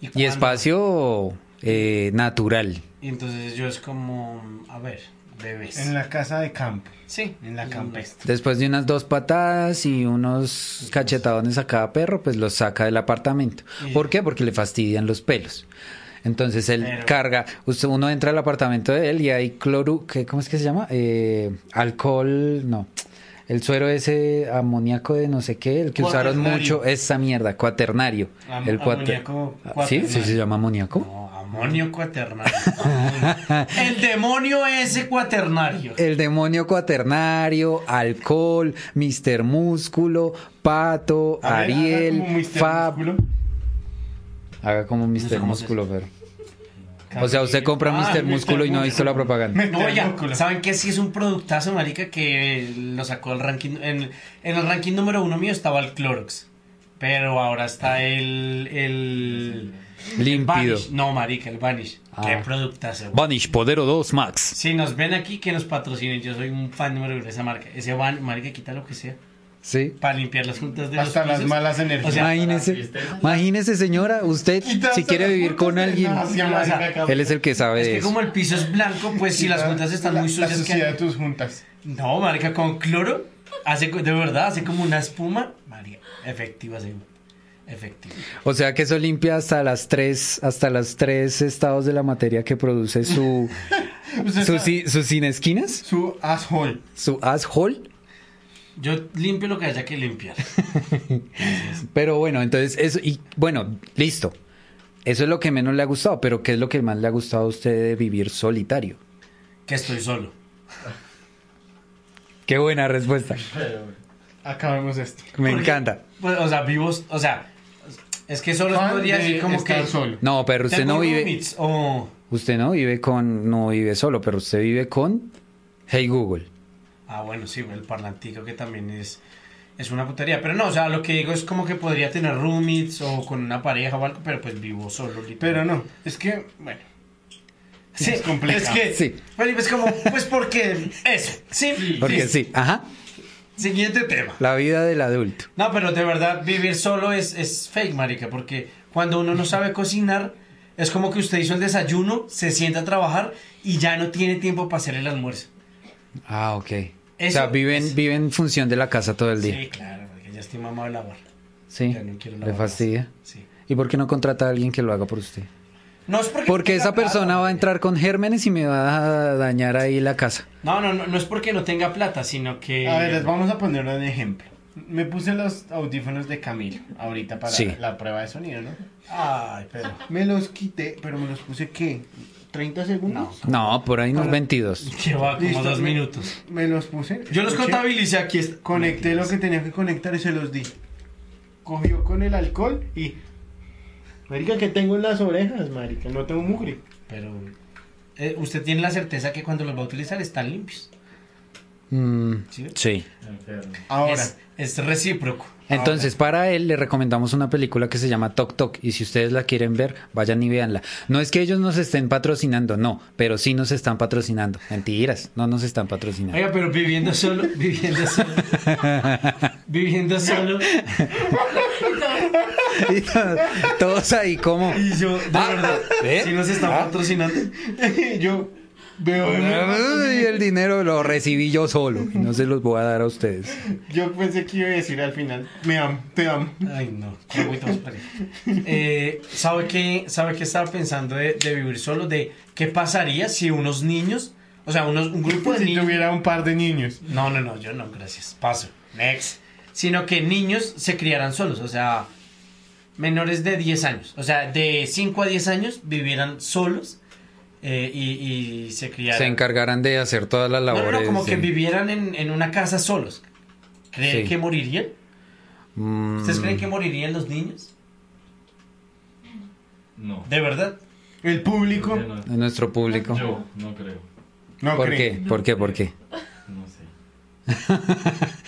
Speaker 2: y
Speaker 3: cuando-
Speaker 2: espacio eh, natural.
Speaker 3: y entonces yo es como, a ver, bebés.
Speaker 1: En la casa de campo.
Speaker 3: sí,
Speaker 1: En la campestre.
Speaker 2: Pues, Después de unas dos patadas y unos cachetadones a cada perro, pues los saca del apartamento. ¿Por qué? Porque le fastidian los pelos. Entonces él
Speaker 3: Pero-
Speaker 2: carga, usted, uno entra al apartamento de él y hay cloro, ¿qué, ¿cómo es que se llama? Eh, alcohol, no. El suero ese amoníaco de no sé qué, el que usaron
Speaker 1: Cuaternario.
Speaker 2: mucho, esa mierda, cuaternario.
Speaker 1: Am-
Speaker 2: el cuater-
Speaker 1: amoníaco
Speaker 2: ¿Sí?
Speaker 1: cuaternario.
Speaker 2: ¿Sí se llama amoníaco?
Speaker 3: No, amonio cuaternario. el demonio ese cuaternario.
Speaker 2: El demonio cuaternario, alcohol, Mr. Músculo, Pato,
Speaker 1: A ver, haga
Speaker 2: Ariel,
Speaker 1: como Mr.
Speaker 2: Fab.
Speaker 1: Músculo.
Speaker 2: Haga como Mr.
Speaker 3: cómo se
Speaker 2: Músculo, pero. O sea, usted compra
Speaker 3: Ah,
Speaker 2: Mr.
Speaker 3: Mr.
Speaker 2: Músculo y no ha visto la
Speaker 1: Músculo.
Speaker 2: propaganda.
Speaker 3: No, oiga,
Speaker 1: Músculo.
Speaker 3: ¿saben qué? Sí es un productazo, marica, que lo sacó el ranking. En, en el ranking número uno mío estaba el Clorox. Pero ahora está el... el
Speaker 2: Límpido.
Speaker 3: Vanish. No, marica, el Vanish.
Speaker 2: Ah.
Speaker 3: Qué productazo. güey.
Speaker 2: Vanish Podero 2 Max.
Speaker 3: Si nos ven aquí, que nos patrocinen. Yo soy un fan número uno de esa marca. Ese van, marica, quita lo que sea.
Speaker 2: Sí.
Speaker 3: Para limpiar las juntas de los
Speaker 1: Hasta las
Speaker 3: pisos.
Speaker 1: malas energías.
Speaker 3: O sea,
Speaker 2: Imagínese, imagínese, señora, usted si quiere vivir con alguien, él es el que sabe
Speaker 3: Es
Speaker 2: de
Speaker 3: que
Speaker 2: eso.
Speaker 3: como el piso es blanco, pues si las juntas están muy
Speaker 1: La
Speaker 3: sucias...
Speaker 1: suciedad de
Speaker 3: que
Speaker 1: tus juntas.
Speaker 3: No, marica, con cloro. Hace, co- de verdad, hace como una espuma. María, efectiva, sí. Efectiva.
Speaker 2: O sea que eso limpia hasta las tres, hasta las tres estados de la materia que produce su, su, si- sus sin esquinas,
Speaker 1: Su asshole.
Speaker 2: su asshole.
Speaker 3: Yo limpio lo que haya que limpiar.
Speaker 2: Pero bueno, entonces eso, y bueno, listo. Eso es lo que menos le ha gustado, pero ¿qué es lo que más le ha gustado a usted de vivir solitario?
Speaker 3: Que estoy solo.
Speaker 2: Qué buena respuesta.
Speaker 5: Pero,
Speaker 1: Acabemos esto.
Speaker 2: Me
Speaker 3: Porque,
Speaker 2: encanta.
Speaker 3: pues, o sea, vivos, o sea, es que solo
Speaker 1: Fan
Speaker 3: podría
Speaker 1: de
Speaker 3: decir como
Speaker 1: estar
Speaker 3: que...
Speaker 1: solo.
Speaker 2: No, pero usted
Speaker 3: tengo
Speaker 2: no vive.
Speaker 3: roommates, o-
Speaker 2: Usted no vive con. No vive solo, pero usted vive con. Hey Google.
Speaker 3: Ah, bueno, sí, el parlantico que también es, es una putería. Pero no, o sea, lo que digo es como que podría tener roommates o con una pareja o algo, pero pues vivo solo. literal.
Speaker 1: Pero no, es que, bueno.
Speaker 3: Sí,
Speaker 1: Es complicado.
Speaker 3: Es que,
Speaker 2: Sí.
Speaker 3: Felipe, es como, pues porque eso, sí.
Speaker 2: Porque
Speaker 3: listo.
Speaker 2: sí, ajá.
Speaker 3: Siguiente tema.
Speaker 2: La vida del adulto.
Speaker 3: No, pero de verdad, vivir solo es, es fake, marica, porque cuando uno no sabe cocinar, es como que usted hizo el desayuno, se sienta a trabajar y ya no tiene tiempo para hacer el almuerzo.
Speaker 2: Ah, ok. o
Speaker 3: Eso
Speaker 2: sea, viven,
Speaker 3: es-
Speaker 2: viven en función de la casa todo el día.
Speaker 3: Sí, claro, marica, ya ya estoy mamado de lavar.
Speaker 2: Sí,
Speaker 3: Ya no quiero
Speaker 2: le
Speaker 3: lavar más.
Speaker 2: fastidia.
Speaker 3: Sí.
Speaker 2: ¿Y por qué no contrata a alguien que lo haga por usted?
Speaker 3: No es porque.
Speaker 2: Porque
Speaker 3: tenga
Speaker 2: esa
Speaker 3: plata,
Speaker 2: persona va a
Speaker 3: marica.
Speaker 2: entrar con gérmenes y me va a dañar ahí la casa.
Speaker 3: No, no, no, no es porque no tenga plata, sino que.
Speaker 1: A ver, les vamos a poner un ejemplo. Me puse los audífonos de Camilo ahorita para
Speaker 2: Sí.
Speaker 1: la prueba de sonido, ¿no?
Speaker 3: Ay, pero.
Speaker 1: Me los quité, pero me los puse ¿qué? ¿30 segundos?
Speaker 2: No, por ahí unos 22.
Speaker 3: Lleva como
Speaker 1: Listo,
Speaker 3: dos
Speaker 1: me-
Speaker 3: minutos.
Speaker 1: Me los puse.
Speaker 3: Yo los
Speaker 1: escuché,
Speaker 3: contabilicé aquí. est-
Speaker 1: Conecté lo que tenía que conectar y se los di. Cogió con el alcohol y. Marica, que tengo en las orejas, marica? No tengo mugre.
Speaker 3: Pero. eh, usted tiene la certeza que cuando los va a utilizar están limpios.
Speaker 2: Mm,
Speaker 3: ¿Sí? Ah,
Speaker 2: sí.
Speaker 1: Ahora,
Speaker 3: Es, es recíproco.
Speaker 2: Entonces, para él le recomendamos una película que se llama Tok Tok y si ustedes la quieren ver, vayan y véanla. No es que ellos nos estén patrocinando, no, pero sí nos están patrocinando. Mentiras, no nos están patrocinando.
Speaker 3: Oiga, pero viviendo solo, viviendo solo, viviendo solo,
Speaker 2: <laughs> Y to- Todos ahí como...
Speaker 3: y yo, de
Speaker 2: Ah,
Speaker 3: verdad,
Speaker 2: ¿eh?
Speaker 3: si nos están
Speaker 2: Ah.
Speaker 3: patrocinando,
Speaker 1: <laughs> yo veo.
Speaker 2: Y el dinero lo recibí yo solo y no se los voy a dar a ustedes.
Speaker 1: Yo pensé que iba a decir al final: Me amo, te amo.
Speaker 3: ay no, qué agüita más pareja. eh, ¿sabe qué, sabe qué estaba pensando de, de vivir solo? De qué pasaría si unos niños, o sea, unos, un grupo de
Speaker 1: Si
Speaker 3: niños,
Speaker 1: tuviera un par de niños.
Speaker 3: no, no, no, yo no, gracias, paso, next, sino que niños se criaran solos, o sea, menores de 10 años, o sea, de 5 a 10 años vivieran solos. eh, y, y se criaran
Speaker 2: Se encargarán de hacer todas las
Speaker 3: No, no,
Speaker 2: labores.
Speaker 3: no, como que
Speaker 2: de-
Speaker 3: vivieran en, en una casa solos. ¿Creen
Speaker 2: Sí.
Speaker 3: que morirían?
Speaker 2: Mm,
Speaker 3: ¿Ustedes creen que morirían los niños?
Speaker 5: No.
Speaker 3: ¿De verdad?
Speaker 1: El público.
Speaker 5: Yo no-
Speaker 2: de nuestro público.
Speaker 5: Yo no creo.
Speaker 1: No
Speaker 2: ¿Por
Speaker 1: cree.
Speaker 2: qué? ¿Por qué? ¿Por qué?
Speaker 5: No sé.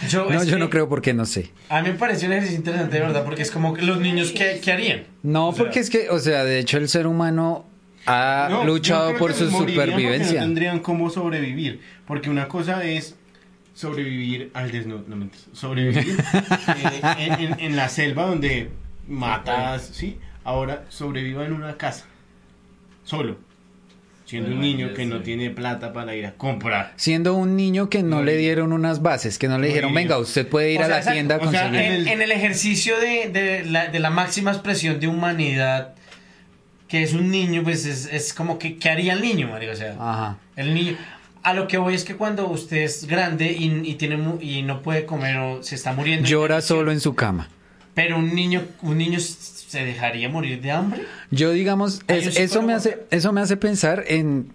Speaker 3: Yo,
Speaker 2: No,
Speaker 3: es
Speaker 2: yo
Speaker 3: que
Speaker 2: no creo porque no sé.
Speaker 3: A mí me pareció un ejercicio interesante, de verdad, porque es como que los niños, ¿qué, qué harían?
Speaker 2: No,
Speaker 3: O sea,
Speaker 2: porque es que, o sea, de hecho el ser humano ha
Speaker 1: No, yo
Speaker 2: luchado
Speaker 1: creo
Speaker 2: Ah, por
Speaker 1: que
Speaker 2: su
Speaker 1: morirían porque
Speaker 2: supervivencia.
Speaker 1: No tendrían cómo sobrevivir, porque una cosa es sobrevivir al desnudo, no mentiras, sobrevivir eh, en, en- en la selva donde matas, ¿sí? Ahora sobreviva en una casa, solo, siendo
Speaker 5: Bueno,
Speaker 1: un niño
Speaker 5: ya
Speaker 1: que no
Speaker 5: sé.
Speaker 1: tiene plata para ir a comprar.
Speaker 2: Siendo un niño que no le dieron unas bases, que no le dijeron,
Speaker 1: Moriría.
Speaker 2: venga, usted puede ir
Speaker 3: o
Speaker 2: a
Speaker 3: sea,
Speaker 2: la
Speaker 3: exacto,
Speaker 2: tienda a
Speaker 1: o sea,
Speaker 2: conseguir.
Speaker 1: en
Speaker 3: En,
Speaker 1: el-
Speaker 3: en el ejercicio de, de la, de la máxima expresión de humanidad, que es un niño, pues es, es como que, ¿qué haría el niño, Mario? O sea,
Speaker 2: Ajá.
Speaker 3: El niño. A lo que voy es que cuando usted es grande y, y tiene mu- y no puede comer o se está muriendo.
Speaker 2: Llora solo en su cama.
Speaker 3: Pero un niño, un niño s- se dejaría morir de hambre.
Speaker 2: Yo digamos,
Speaker 3: Ay,
Speaker 2: es-
Speaker 3: yo sí
Speaker 2: eso
Speaker 3: puedo
Speaker 2: me hace,
Speaker 3: aguantar.
Speaker 2: eso me hace pensar en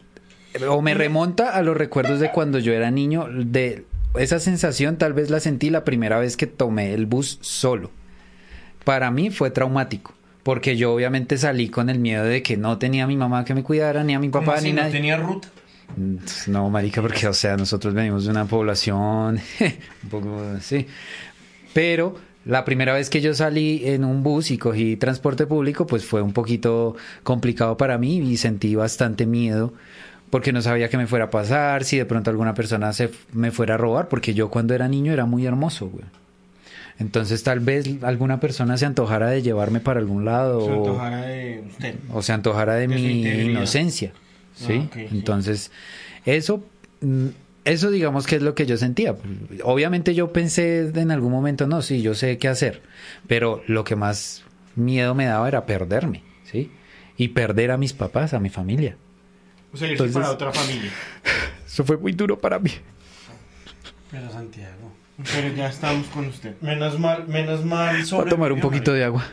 Speaker 2: o me remonta a los recuerdos de cuando yo era niño, de esa sensación tal vez la sentí la primera vez que tomé el bus solo. Para mí fue traumático, porque yo obviamente salí con el miedo de que no tenía a mi mamá que me cuidara, ni a mi
Speaker 3: Como
Speaker 2: papá,
Speaker 3: así,
Speaker 2: ni
Speaker 3: no
Speaker 2: nadie.
Speaker 3: tenía ruta.
Speaker 2: Mm, No, marica, porque, o sea, nosotros venimos de una población <laughs> un poco así. Pero la primera vez que yo salí en un bus y cogí transporte público, pues fue un poquito complicado para mí y sentí bastante miedo porque no sabía qué me fuera a pasar, si de pronto alguna persona se f- me fuera a robar, porque yo cuando era niño era muy hermoso, güey. Entonces tal vez alguna persona se antojara de llevarme para algún lado.
Speaker 1: Se
Speaker 2: o-
Speaker 1: antojara de usted.
Speaker 2: o se antojara de
Speaker 1: De su
Speaker 2: mi
Speaker 1: integridad.
Speaker 2: inocencia. ¿sí?
Speaker 1: Ah, ok, sí.
Speaker 2: Entonces, eso, mm, eso digamos que es lo que yo sentía. Obviamente yo pensé en algún momento, no, sí, yo sé qué hacer, pero lo que más miedo me daba era perderme, ¿sí? Y perder a mis papás, a mi familia.
Speaker 1: O sea, irse
Speaker 2: Entonces-
Speaker 1: para otra familia.
Speaker 2: Eso fue muy duro para mí.
Speaker 3: Pero Santiago.
Speaker 1: Pero ya estamos con usted.
Speaker 3: Menos mal, menos mal.
Speaker 2: Voy a tomar un poquito de agua,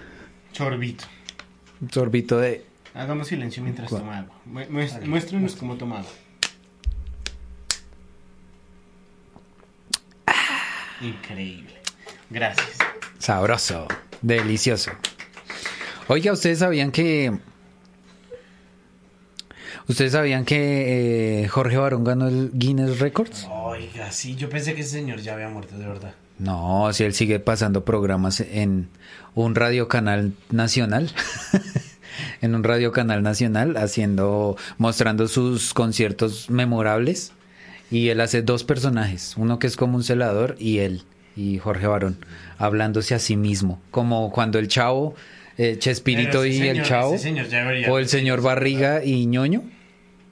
Speaker 1: Chorbito.
Speaker 2: un sorbito de...
Speaker 1: Hagamos silencio mientras
Speaker 2: ¿Cuál?
Speaker 1: toma agua. Mué- mué- Muéstrenos cómo toma agua. Increíble. Gracias.
Speaker 2: Sabroso, delicioso. Oiga, ustedes sabían que. Ustedes sabían que eh, Jorge Barón ganó el Guinness Records.
Speaker 3: Oiga, sí, yo pensé que ese señor ya había muerto, de verdad.
Speaker 2: No, si él sigue pasando programas en un radiocanal nacional. <laughs> en un radiocanal nacional haciendo mostrando sus conciertos memorables y él hace dos personajes, uno que es como un celador y él y Jorge Barón hablándose a sí mismo, como cuando el chavo eh, Chespirito
Speaker 3: Pero
Speaker 2: y
Speaker 3: ese
Speaker 2: el
Speaker 3: señor-
Speaker 2: chavo
Speaker 3: ese señor ya debería-
Speaker 2: o el señor Barriga y Ñoño,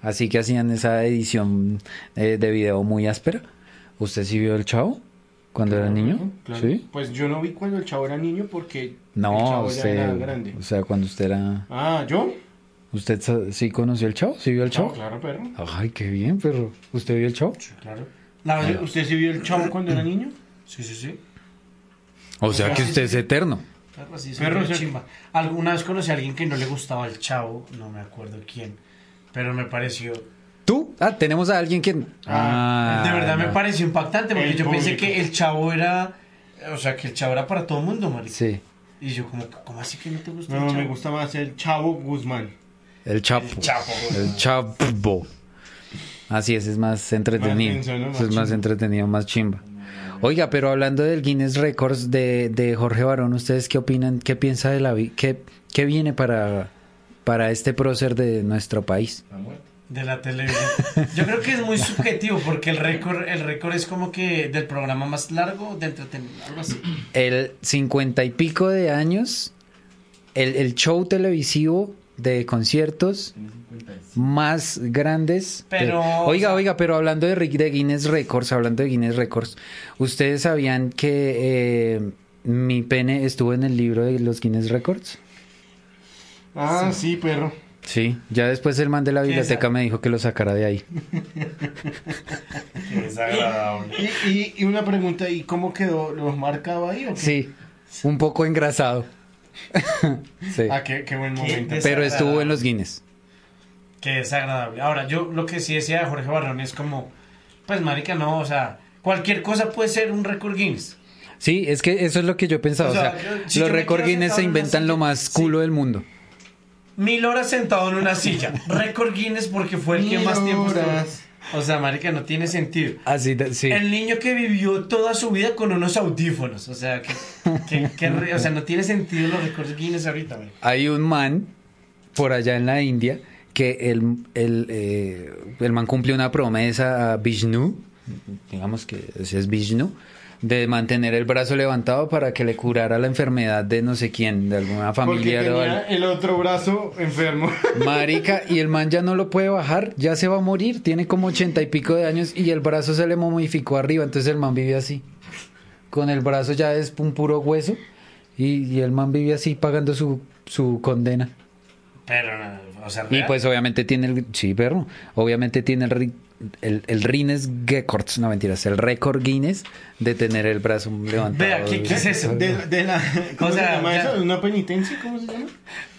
Speaker 2: así que hacían esa edición eh, de video muy áspera. ¿Usted sí vio el chavo? cuando era niño?
Speaker 1: Claro.
Speaker 2: ¿Sí?
Speaker 1: Pues yo no vi cuando el chavo era niño porque el
Speaker 2: No,
Speaker 1: chavo ya era
Speaker 2: usted.
Speaker 1: grande.
Speaker 2: O sea, cuando usted era.
Speaker 1: Ah, ¿yo?
Speaker 2: ¿Usted sa- sí conoció el show? ¿Sí vio el
Speaker 1: Chavo,
Speaker 2: show?
Speaker 1: claro, perro.
Speaker 2: Ay, qué bien, perro. ¿Usted vio el show?
Speaker 3: Claro.
Speaker 1: La- ¿Usted sí vio el chavo cuando era niño?
Speaker 3: Sí, sí, sí.
Speaker 2: O sea que usted es eterno.
Speaker 3: Claro, así
Speaker 1: Perro,
Speaker 3: perro
Speaker 1: o sea-
Speaker 3: chimba. Alguna vez conocí a alguien que no le gustaba el chavo, no me acuerdo quién, pero me pareció.
Speaker 2: ¿Tú? Ah, tenemos a alguien que...
Speaker 1: Ah,
Speaker 2: Ah,
Speaker 3: de verdad me
Speaker 2: no.
Speaker 3: pareció impactante porque
Speaker 1: El
Speaker 3: yo pensé
Speaker 1: público.
Speaker 3: que el chavo era. O sea, que el chavo era para todo el mundo, marica.
Speaker 2: Sí,
Speaker 3: Y yo, como, ¿cómo así que no te gusta el
Speaker 1: No,
Speaker 3: chavo?
Speaker 1: me gusta más el chavo Guzmán.
Speaker 2: el chapo.
Speaker 3: El Chapo.
Speaker 2: El chapo. Así es, es más entretenido.
Speaker 1: Más denso, ¿no? Más
Speaker 2: es más
Speaker 1: chimba.
Speaker 2: entretenido, más chimba. Oiga, pero hablando del Guinness Records de, de Jorge Barón, ¿ustedes qué opinan? ¿Qué piensa de la... vi- ¿Qué, qué viene para, para este prócer de nuestro país?
Speaker 5: La muerte.
Speaker 3: De la televisión. Yo creo que es muy subjetivo porque el récord, el récord es como que del programa más largo de entretenimiento, algo así.
Speaker 2: El cincuenta y pico de años, el, el show televisivo de conciertos
Speaker 5: Tiene 55.
Speaker 2: más grandes.
Speaker 3: Pero,
Speaker 2: Eh,
Speaker 3: o
Speaker 2: oiga,
Speaker 3: sea-
Speaker 2: oiga, pero hablando de, Rick- de Guinness Records, hablando de Guinness Records, ¿ustedes sabían que eh, mi pene estuvo en el libro de los Guinness Records?
Speaker 1: Ah, sí, perro.
Speaker 2: Sí, ya después el man de la
Speaker 3: ¿Qué es
Speaker 2: biblioteca
Speaker 3: esa?
Speaker 2: me dijo que lo sacara de <laughs> ahí.
Speaker 5: Desagradable.
Speaker 1: Y, y- y una pregunta, ¿y cómo quedó? ¿Lo marcado ahí o qué?
Speaker 2: Sí, un poco engrasado. <laughs> sí,
Speaker 1: Ah, qué, qué buen momento.
Speaker 3: des-
Speaker 2: pero estuvo en los Guinness.
Speaker 3: Que desagradable. Ahora, yo lo que sí decía de Jorge Barrón es como, pues marica, no, o sea, cualquier cosa puede ser un récord Guinness.
Speaker 2: Sí, es que eso es lo que yo pensaba.
Speaker 3: O
Speaker 2: O
Speaker 3: sea,
Speaker 2: sea,
Speaker 3: yo- si
Speaker 2: los
Speaker 3: yo me
Speaker 2: récord
Speaker 3: quedo
Speaker 2: Guinness
Speaker 3: sentado
Speaker 2: se
Speaker 3: en una
Speaker 2: inventan lo
Speaker 3: silla,
Speaker 2: más
Speaker 3: sí.
Speaker 2: culo del mundo.
Speaker 3: Mil horas sentado en una
Speaker 2: <laughs>
Speaker 3: silla. récord Guinness porque fue el que
Speaker 1: Mil
Speaker 3: más tiempo
Speaker 1: horas.
Speaker 3: estuvo. O sea, marica, no tiene sentido.
Speaker 2: Así, de- sí.
Speaker 3: El niño que vivió toda su vida con unos audífonos. O sea, que, que- que re- o sea no tiene sentido los récords Guinness ahorita, marica.
Speaker 2: hay un man por allá en la India que el, el, eh, el man cumplió una promesa a Vishnu, digamos que ese es Vishnu, de mantener el brazo levantado para que le curara la enfermedad de no sé quién, de alguna
Speaker 1: Porque
Speaker 2: familiar o
Speaker 1: tenía
Speaker 2: algo.
Speaker 1: el otro brazo enfermo.
Speaker 2: Marica, y el man ya no lo puede bajar, ya se va a morir, tiene como ochenta y pico de años y el brazo se le momificó arriba, entonces el man vive así. Con el brazo ya es un puro hueso y, y el man vive así pagando su, su condena.
Speaker 3: Pero, no, o sea,
Speaker 2: Y
Speaker 3: real.
Speaker 2: pues obviamente tiene el... Sí, perro. Obviamente tiene el, ri- el, el Guinness Records, no mentiras, el récord Guinness de tener el brazo levantado.
Speaker 3: Vea, ¿qué- qué es eso?
Speaker 1: De, de <laughs> la, ¿Cómo
Speaker 3: O sea,
Speaker 1: se llama
Speaker 3: ya-
Speaker 1: eso? ¿Una penitencia? ¿Cómo se llama?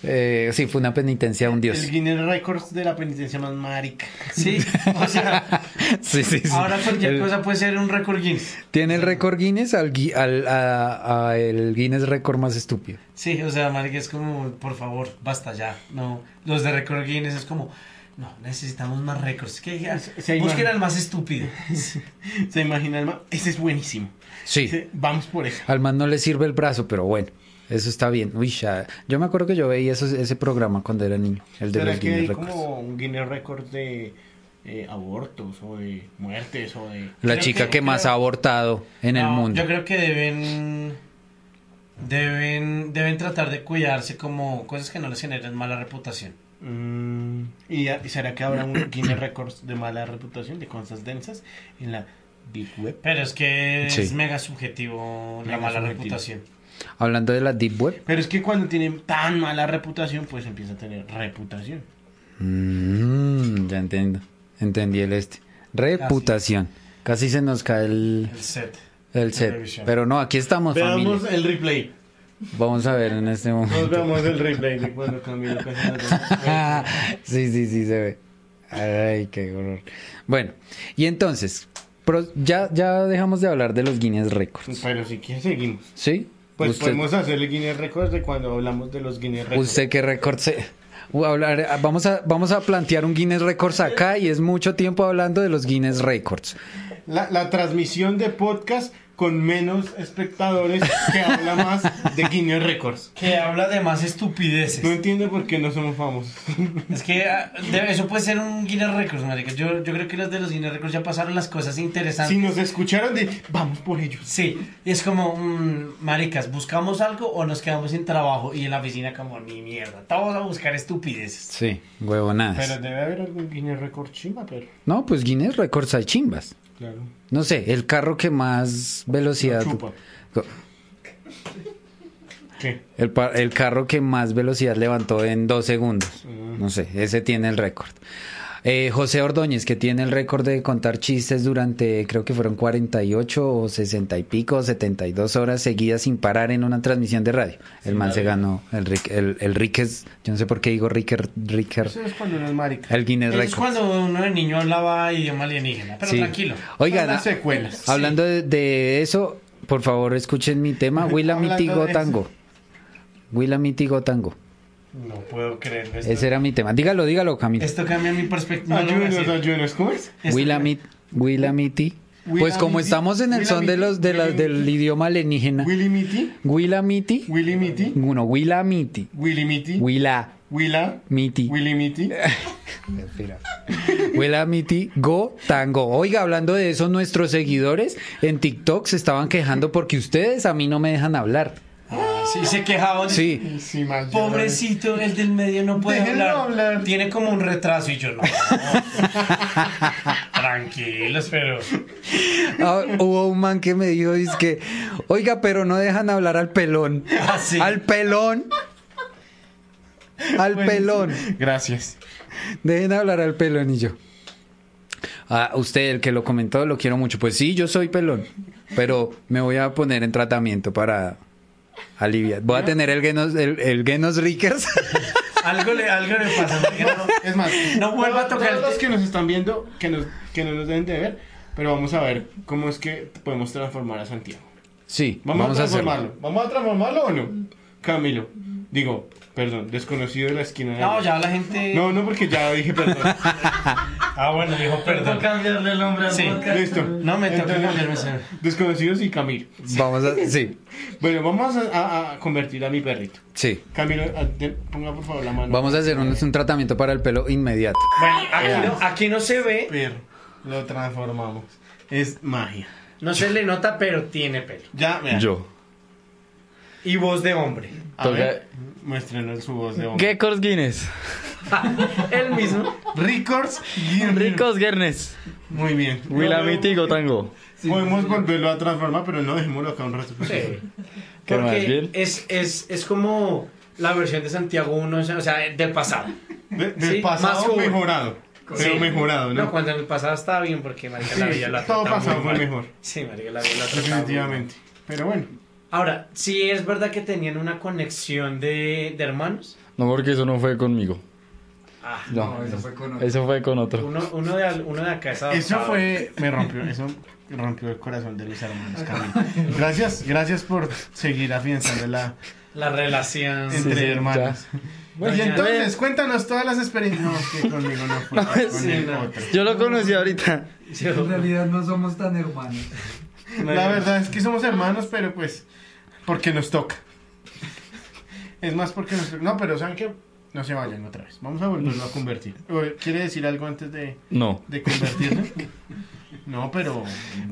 Speaker 2: Eh, sí, fue una penitencia a un dios.
Speaker 1: El Guinness Records de la penitencia más marica.
Speaker 3: Sí, o sea,
Speaker 2: <laughs> sí, sí, sí.
Speaker 3: ahora cualquier
Speaker 2: El-
Speaker 3: cosa puede ser un récord Guinness.
Speaker 2: Tiene el récord Guinness al, gui- al a- a el Guinness récord más estúpido.
Speaker 3: Sí, o sea, marica, es como, por favor, basta ya. No, los de récord Guinness es como, no, necesitamos más récords. ¿Qué? Ya,
Speaker 1: se
Speaker 3: Busquen
Speaker 1: imagina.
Speaker 3: al más estúpido.
Speaker 1: ¿Se imagina el ma- Ese es buenísimo.
Speaker 2: Sí.
Speaker 1: Ese- Vamos por eso.
Speaker 2: Al man no le sirve el brazo, pero bueno. Eso está bien. Uy, ya. Yo me acuerdo que yo veía esos- ese programa cuando era niño, el de
Speaker 1: ¿Será
Speaker 2: los
Speaker 1: que hay
Speaker 2: Guinness Records.
Speaker 1: como un Guinness Record de eh, abortos o de muertes o de...
Speaker 2: La
Speaker 3: Creo
Speaker 2: chica
Speaker 3: que-
Speaker 2: que más
Speaker 3: creo-
Speaker 2: ha abortado en el
Speaker 3: No,
Speaker 2: mundo.
Speaker 3: Yo creo que deben, deben, deben tratar de cuidarse como cosas que no les generen mala reputación.
Speaker 1: Mm, ¿Y a- será que habrá
Speaker 2: <coughs>
Speaker 1: un Guinness Records de mala reputación, de cosas densas en la Big Web?
Speaker 3: Pero es que
Speaker 2: Sí.
Speaker 3: es mega subjetivo la
Speaker 1: Mega
Speaker 3: mala
Speaker 1: subjetivo.
Speaker 3: reputación.
Speaker 2: Hablando de la Deep Web.
Speaker 1: Pero es que cuando tienen tan mala reputación, pues empieza a tener reputación.
Speaker 2: Mm, ya entiendo. Entendí el este. Reputación. Casi se nos cae el,
Speaker 3: El set.
Speaker 2: el set.
Speaker 3: Televisión.
Speaker 2: Pero no, aquí estamos,
Speaker 1: Veamos
Speaker 2: familia.
Speaker 1: el replay.
Speaker 2: Vamos a ver en este
Speaker 1: Nos
Speaker 2: momento.
Speaker 1: veamos el replay de cuando Camilo Casas-
Speaker 2: <laughs> sí, sí, sí, se ve. Ay, qué horror. Bueno, y entonces, pro- ya, ya dejamos de hablar de los Guinness Records.
Speaker 1: Pero si quieres seguimos.
Speaker 2: ¿Sí?
Speaker 1: Pues
Speaker 2: usted,
Speaker 1: podemos hacer el Guinness Records de cuando hablamos de los Guinness Records.
Speaker 2: usted qué récord se... o hablar- eh, vamos, a, vamos a plantear un Guinness Records acá y es mucho tiempo hablando de los Guinness Records.
Speaker 1: La, la transmisión de podcast con menos espectadores que habla más de Guinness Records.
Speaker 3: Que habla de más estupideces.
Speaker 1: No entiendo por qué no somos famosos.
Speaker 3: Es que ah, de- eso puede ser un Guinness Records, marica. Yo, yo creo que los de los Guinness Records ya pasaron las cosas interesantes.
Speaker 1: Si nos escucharon de vamos por ellos.
Speaker 3: Sí, y es como, mm, maricas, ¿buscamos algo o nos quedamos sin trabajo? Y en la oficina como, ni mierda, todos a buscar estupideces.
Speaker 2: Sí, huevonadas.
Speaker 1: Pero debe haber algún Guinness Record chimba, pero.
Speaker 2: No, pues Guinness Records hay chimbas.
Speaker 1: Claro.
Speaker 2: No sé, el carro que más velocidad.
Speaker 1: Chupa. ¿Qué?
Speaker 2: El, pa- el carro que más velocidad levantó en dos segundos. No sé, ese tiene el récord. Eh, José Ordóñez, que tiene el récord de contar chistes durante, creo que fueron 48 o 60 y pico, 72 horas seguidas sin parar en una transmisión de radio. El man se ganó el, Rick- el, el Rickers, yo no sé por qué digo Ricker, Ricker,
Speaker 1: Eso es cuando no es marica.
Speaker 2: el Guinness
Speaker 3: Eso es
Speaker 2: Record.
Speaker 3: cuando uno de niño hablaba idioma alienígena, pero
Speaker 2: Sí.
Speaker 3: tranquilo.
Speaker 2: Oigan,
Speaker 1: Son las secuelas.
Speaker 2: Hablando de, de eso, por favor escuchen
Speaker 1: <laughs>
Speaker 2: mi tema, Willa
Speaker 1: Hablando
Speaker 2: Mitigo
Speaker 1: de eso.
Speaker 2: Tango. Willa Mitigo Tango.
Speaker 3: No puedo creerlo. Esto,
Speaker 2: Ese era mi tema. Dígalo, dígalo, Camilo.
Speaker 3: esto cambia mi perspectiva. no lo voy a
Speaker 1: Ayunos,
Speaker 3: decir.
Speaker 1: ayunos, ¿cómo es?
Speaker 3: Esto
Speaker 2: Willamit, Willamiti. Pues como
Speaker 1: Willamiti,
Speaker 2: estamos en el son de los de la-
Speaker 1: Willamiti.
Speaker 2: del idioma alienígena.
Speaker 1: Willy Mitty,
Speaker 2: Willamiti.
Speaker 1: Willy Mitty,
Speaker 2: Uno, Willamiti.
Speaker 1: Willy Mitty,
Speaker 2: Willamiti.
Speaker 1: Willa, Willy
Speaker 2: <laughs>
Speaker 1: Mitty.
Speaker 2: Willamiti Go Tango. Oiga, hablando de eso, nuestros seguidores en TikTok se estaban quejando porque ustedes a mí no me dejan hablar.
Speaker 3: Ah, sí, se quejaban.
Speaker 2: Sí.
Speaker 1: Sí, más yo-
Speaker 3: Pobrecito, el del medio no puede
Speaker 1: Déjenlo
Speaker 3: hablar.
Speaker 1: hablar.
Speaker 3: Tiene como un retraso y yo
Speaker 2: <laughs>
Speaker 3: no. Tranquilos, pero.
Speaker 2: Ah, hubo un man que me dijo, dice que, oiga, pero no dejan hablar al pelón.
Speaker 3: Ah, sí.
Speaker 2: Al pelón. Al
Speaker 1: Bueno,
Speaker 2: pelón.
Speaker 1: Gracias.
Speaker 2: Dejen hablar al pelón y yo. Ah, usted, el que lo comentó, lo quiero mucho. Pues sí, yo soy pelón. Pero me voy a poner en tratamiento para aliviar. Voy a tener el genos, el, el
Speaker 1: <laughs>
Speaker 2: genos Rickers.
Speaker 3: Algo le, algo le pasa. porque
Speaker 2: <laughs>
Speaker 3: no-
Speaker 1: Es más,
Speaker 3: <laughs> No vuelva a
Speaker 1: todos-
Speaker 3: tocar el
Speaker 1: Todos los
Speaker 3: te-
Speaker 1: que nos están viendo, que, nos, que no nos dejen de ver, pero vamos a ver cómo es que podemos transformar a Santiago.
Speaker 2: Sí,
Speaker 1: Vamos,
Speaker 2: vamos,
Speaker 1: a
Speaker 2: a hacerlo.
Speaker 1: transformarlo. ¿Vamos a transformarlo o no? Camilo. Digo, perdón, desconocido de la esquina. de
Speaker 3: No,
Speaker 1: allá.
Speaker 3: ya la gente.
Speaker 1: No, no, porque ya dije perdón.
Speaker 3: <laughs> Ah, bueno, dijo perdón.
Speaker 5: cambiarle el nombre al
Speaker 3: Sí.
Speaker 5: podcast.
Speaker 1: Listo.
Speaker 3: No, me toca cambiarme, señor.
Speaker 1: Desconocidos y Camilo.
Speaker 2: Vamos a, sí,
Speaker 1: Bueno, vamos a, a- a convertir a mi perrito.
Speaker 2: sí.
Speaker 1: Camilo, a- te- ponga por favor la mano. Eh,
Speaker 2: Vamos a hacer un, un tratamiento para el pelo inmediato.
Speaker 3: Bueno, aquí no, aquí no se ve,
Speaker 1: Perro. Lo transformamos. Es magia.
Speaker 3: no se le nota, pero tiene pelo.
Speaker 1: Ya, vea.
Speaker 2: Yo.
Speaker 3: Y voz
Speaker 1: <laughs>
Speaker 3: de hombre.
Speaker 1: A ver, muéstrenos su voz de hombre.
Speaker 5: Geckos Guinness.
Speaker 3: El mismo.
Speaker 2: <laughs>
Speaker 1: Records y
Speaker 5: Ricos Guernes.
Speaker 1: Muy bien.
Speaker 5: Willamitigo Tango.
Speaker 1: Podemos volverlo a transformar, pero no dejémoslo acá un rato.
Speaker 3: Sí.
Speaker 5: ¿Qué más,
Speaker 3: Porque
Speaker 5: bien?
Speaker 3: es, es, es como la versión de Santiago 1, o sea, del pasado.
Speaker 1: De- del
Speaker 3: Sí, más
Speaker 1: pasado
Speaker 3: joven.
Speaker 1: mejorado. Pero
Speaker 3: Sí.
Speaker 1: mejorado, ¿no?
Speaker 3: No, cuando en el pasado estaba bien porque Marica la
Speaker 1: Sí,
Speaker 3: Villa la
Speaker 1: todo
Speaker 3: trataba
Speaker 1: pasado
Speaker 3: muy
Speaker 1: fue
Speaker 3: mal.
Speaker 1: mejor.
Speaker 3: Sí, Marica la Villa la trataba muy mal.
Speaker 1: Definitivamente. Pero bueno.
Speaker 3: Ahora, sí es verdad que tenían una conexión de, de hermanos.
Speaker 5: No, porque eso no fue conmigo.
Speaker 3: Ah,
Speaker 5: No,
Speaker 2: eso fue con otro.
Speaker 5: eso fue con otro.
Speaker 3: uno, uno, de, al- uno de acá es
Speaker 1: Eso
Speaker 3: adoptado.
Speaker 1: fue, me rompió, eso rompió el corazón de los hermanos
Speaker 3: <laughs>
Speaker 1: Camilo. Gracias, gracias por seguir afianzando la
Speaker 3: La relación.
Speaker 1: entre
Speaker 5: sí,
Speaker 1: hermanos.
Speaker 3: ya.
Speaker 1: y
Speaker 3: <laughs>
Speaker 1: entonces, cuéntanos todas las experiencias. No, es que conmigo <laughs> no fue,
Speaker 5: No,
Speaker 1: con
Speaker 5: sí,
Speaker 1: el
Speaker 3: no.
Speaker 1: otro.
Speaker 5: Yo lo conocí ahorita.
Speaker 3: Sí,
Speaker 6: En realidad no somos tan
Speaker 3: <laughs>
Speaker 6: hermanos.
Speaker 1: La verdad es que somos hermanos, pero pues, porque nos toca. Es más porque nos toca. No, pero ¿saben que No se vayan otra vez. Vamos a volverlo a <laughs> convertir. O, ¿Quiere decir algo antes de,
Speaker 5: No.
Speaker 1: de convertirlo? No, pero...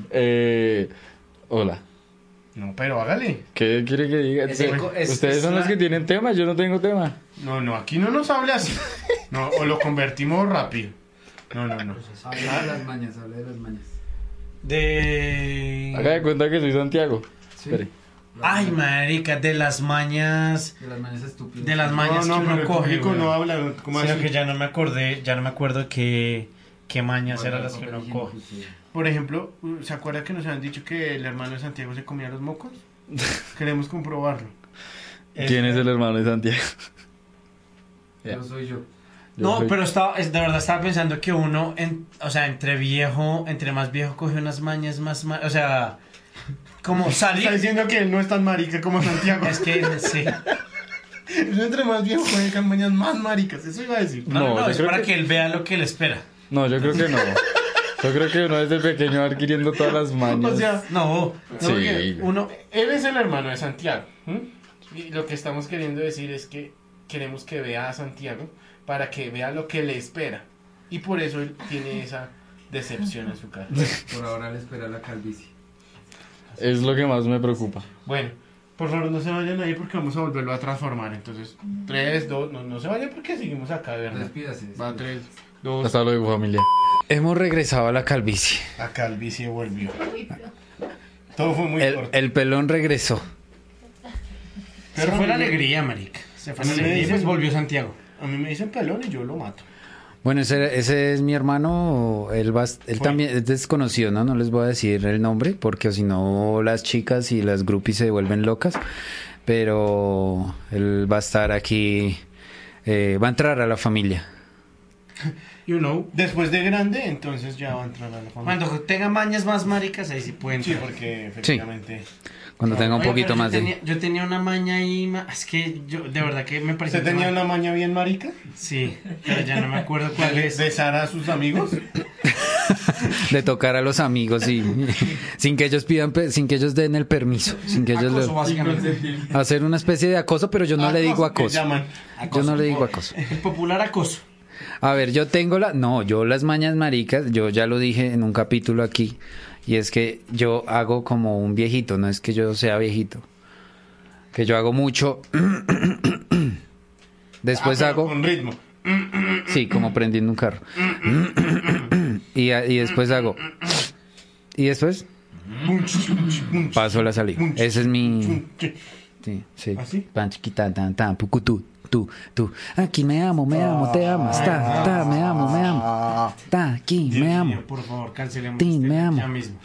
Speaker 5: Eh, hola.
Speaker 1: No, pero hágale.
Speaker 5: ¿Qué quiere que diga?
Speaker 3: Es el co- es-
Speaker 5: Ustedes
Speaker 3: es
Speaker 5: son los
Speaker 3: la-
Speaker 5: que tienen tema, yo no tengo tema.
Speaker 1: No, no, aquí no nos hable así. No, o lo convertimos rápido. No, no, no.
Speaker 6: Habla de las mañas, habla de las mañas.
Speaker 3: De.
Speaker 5: Haga de cuenta que soy Santiago.
Speaker 6: Sí.
Speaker 5: Espere.
Speaker 3: Ay, marica, de las mañas.
Speaker 6: De las mañas estúpidas.
Speaker 3: De las
Speaker 1: No,
Speaker 3: mañas
Speaker 1: no,
Speaker 3: que
Speaker 1: pero
Speaker 3: uno
Speaker 1: el
Speaker 3: coge.
Speaker 1: público
Speaker 3: güey.
Speaker 1: no habla. ¿Cómo
Speaker 3: Sino
Speaker 1: así?
Speaker 3: que ya no me acordé, ya no me acuerdo qué, qué mañas
Speaker 6: Guarda
Speaker 3: eran
Speaker 6: el
Speaker 3: las que
Speaker 6: papel
Speaker 3: uno
Speaker 6: higiénico,
Speaker 3: coge.
Speaker 6: sí.
Speaker 1: Por ejemplo, ¿se acuerda que nos han dicho que el hermano de Santiago se comía los mocos? Queremos comprobarlo.
Speaker 5: ¿Quién es el hermano de Santiago? Ya.
Speaker 6: Yo soy yo.
Speaker 5: Yo
Speaker 3: No,
Speaker 5: soy-
Speaker 3: pero estaba, es- de verdad estaba pensando que uno, en- o sea, entre viejo, entre más viejo coge unas mañas más, ma- o sea, como
Speaker 1: Está <laughs>
Speaker 3: salir.
Speaker 1: diciendo que él no es tan marica como Santiago.
Speaker 3: es que sí.
Speaker 1: Yo entre más viejo con campañas más maricas, eso iba a decir.
Speaker 3: No, no,
Speaker 5: No,
Speaker 3: no,
Speaker 5: yo
Speaker 3: es
Speaker 5: creo
Speaker 3: para
Speaker 5: que-
Speaker 3: que él vea lo que le espera.
Speaker 5: No, yo creo que no. Yo creo que uno desde pequeño va adquiriendo todas las mañas.
Speaker 1: O sea,
Speaker 3: Pues, No, no,
Speaker 5: Sí.
Speaker 3: porque uno,
Speaker 1: él es el hermano de Santiago. ¿m? Y lo que estamos queriendo decir es que queremos que vea a Santiago para que vea lo que le espera. Y por eso él tiene esa decepción en su cara.
Speaker 6: Por ahora le espera la calvicie.
Speaker 5: es lo que más me preocupa.
Speaker 1: Bueno, por favor no se vayan ahí porque vamos a volverlo a transformar. Entonces, 3, 2, no, no se vayan porque seguimos acá, de ¿verdad?
Speaker 6: Despídase. despídase.
Speaker 1: Va, 3, dos,
Speaker 5: Hasta luego, familia.
Speaker 2: Hemos regresado a la calvicie.
Speaker 1: la calvicie volvió. Todo fue muy
Speaker 2: El,
Speaker 1: corto.
Speaker 2: el pelón regresó.
Speaker 3: Se
Speaker 1: Pero
Speaker 3: fue la
Speaker 1: a mí me-
Speaker 3: alegría, marica. Se fue
Speaker 1: Sí,
Speaker 3: la alegría. y
Speaker 1: sí.
Speaker 3: Pues volvió Santiago.
Speaker 1: A mí me dicen pelón y yo lo mato.
Speaker 2: Bueno, ese, ese es mi hermano. Él, va, él
Speaker 1: Fue.
Speaker 2: también es desconocido, ¿no? No les voy a decir el nombre porque si no las chicas y las groupies se vuelven locas. Pero él va a estar aquí. eh, va a entrar a la familia.
Speaker 3: You know.
Speaker 1: Después de grande, entonces ya va a entrar a la familia.
Speaker 3: Cuando tenga mañas más maricas, ahí sí pueden.
Speaker 1: Sí, porque efectivamente.
Speaker 2: Cuando tenga un
Speaker 3: Oiga,
Speaker 2: poquito
Speaker 3: pero
Speaker 2: más
Speaker 3: yo
Speaker 2: de.
Speaker 3: tenía- Yo tenía una maña ahí. ma- Es que yo, de verdad que me pareció.
Speaker 1: ¿Usted tenía
Speaker 3: tema-
Speaker 1: una maña bien marica?
Speaker 3: Sí, pero ya no me acuerdo cuál
Speaker 1: ¿De
Speaker 3: es.
Speaker 1: besar a sus
Speaker 2: <laughs>
Speaker 1: amigos?
Speaker 2: de tocar a los amigos y sin que ellos pidan pe- sin que ellos den el permiso sin que ellos
Speaker 3: Acoso,
Speaker 2: lo-
Speaker 3: básicamente.
Speaker 2: hacer una especie de acoso pero yo no le digo
Speaker 1: Acoso, Ah, que
Speaker 2: acoso
Speaker 1: llaman.
Speaker 2: yo no le digo acoso
Speaker 3: El popular acoso.
Speaker 2: a ver yo tengo la no yo las mañas maricas yo ya lo dije en un capítulo aquí y es que yo hago como un viejito no es que yo sea viejito que yo hago mucho <coughs> después
Speaker 1: Ah, pero
Speaker 2: hago
Speaker 1: Con ritmo.
Speaker 2: Sí, como prendiendo un carro. <coughs> y, a- y después hago. Y después. Paso la salida. Ese es mi. Sí, sí.
Speaker 1: ¿Así?
Speaker 2: Pan chiquita, tan, tan, pucutú, tú, tú. Aquí me amo, me amo, te amas. Ta, ta, me amo, me amo. Ta, aquí,
Speaker 1: Dios
Speaker 2: me
Speaker 1: mío,
Speaker 2: amo,
Speaker 3: Por favor, cancelemos.
Speaker 2: Tin,
Speaker 3: este
Speaker 2: me
Speaker 3: ya
Speaker 2: amo.
Speaker 3: mismo.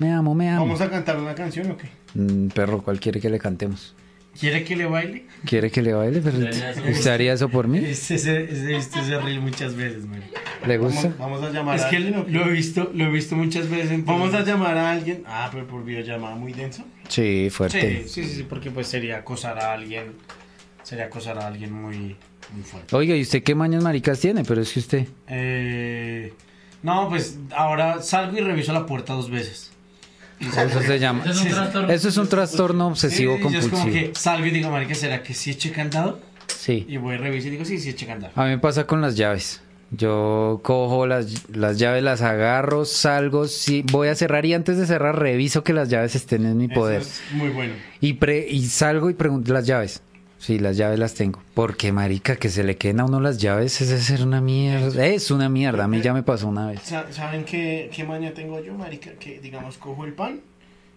Speaker 2: me amo, me amo.
Speaker 1: ¿Vamos a cantar una canción o qué?
Speaker 2: Mm, perro, ¿cuál quiere que le cantemos?
Speaker 3: ¿Quiere que le baile?
Speaker 2: ¿Quiere que le baile? Pero, ¿Usted haría eso por mí?
Speaker 3: Este se, este, este se ríe muchas veces, man.
Speaker 2: ¿Le
Speaker 1: Vamos,
Speaker 2: gusta?
Speaker 1: vamos a llamar
Speaker 3: Es
Speaker 1: a
Speaker 3: que
Speaker 1: alguien. ¿o qué?
Speaker 3: lo he visto, lo he visto muchas veces. entonces-
Speaker 1: Vamos a llamar a alguien. Ah, pero por videollamada muy denso.
Speaker 2: Sí,
Speaker 3: Sí,
Speaker 2: fuerte.
Speaker 3: sí, sí, sí, porque pues sería acosar a alguien, sería acosar a alguien muy, muy fuerte.
Speaker 2: Oiga, ¿y usted qué mañas maricas tiene? Pero es que usted.
Speaker 3: Eh, no, pues ahora salgo y reviso la puerta dos veces.
Speaker 2: Eso se llama.
Speaker 7: Eso es un trastorno.
Speaker 2: Eso es un trastorno obsesivo
Speaker 3: Sí, yo es como
Speaker 2: compulsivo.
Speaker 3: que salgo y digo, marica, ¿será que sí eché candado?
Speaker 2: Sí.
Speaker 3: Y voy a revisar y digo, sí, sí eché candado.
Speaker 2: A mí me pasa con las llaves. Yo cojo las, las llaves, las agarro, salgo, sí, voy a cerrar y antes de cerrar reviso que las llaves estén en mi
Speaker 1: Eso
Speaker 2: poder.
Speaker 1: es muy bueno.
Speaker 2: Y, pre, y salgo y pregunto las llaves. Sí, las llaves las tengo. Porque, marica, que se le queden a uno las llaves es de ser una mierda. Es una mierda. A mí ya me pasó una vez.
Speaker 1: Sa- ¿Saben qué, qué maña tengo yo, marica? Que, digamos, cojo el pan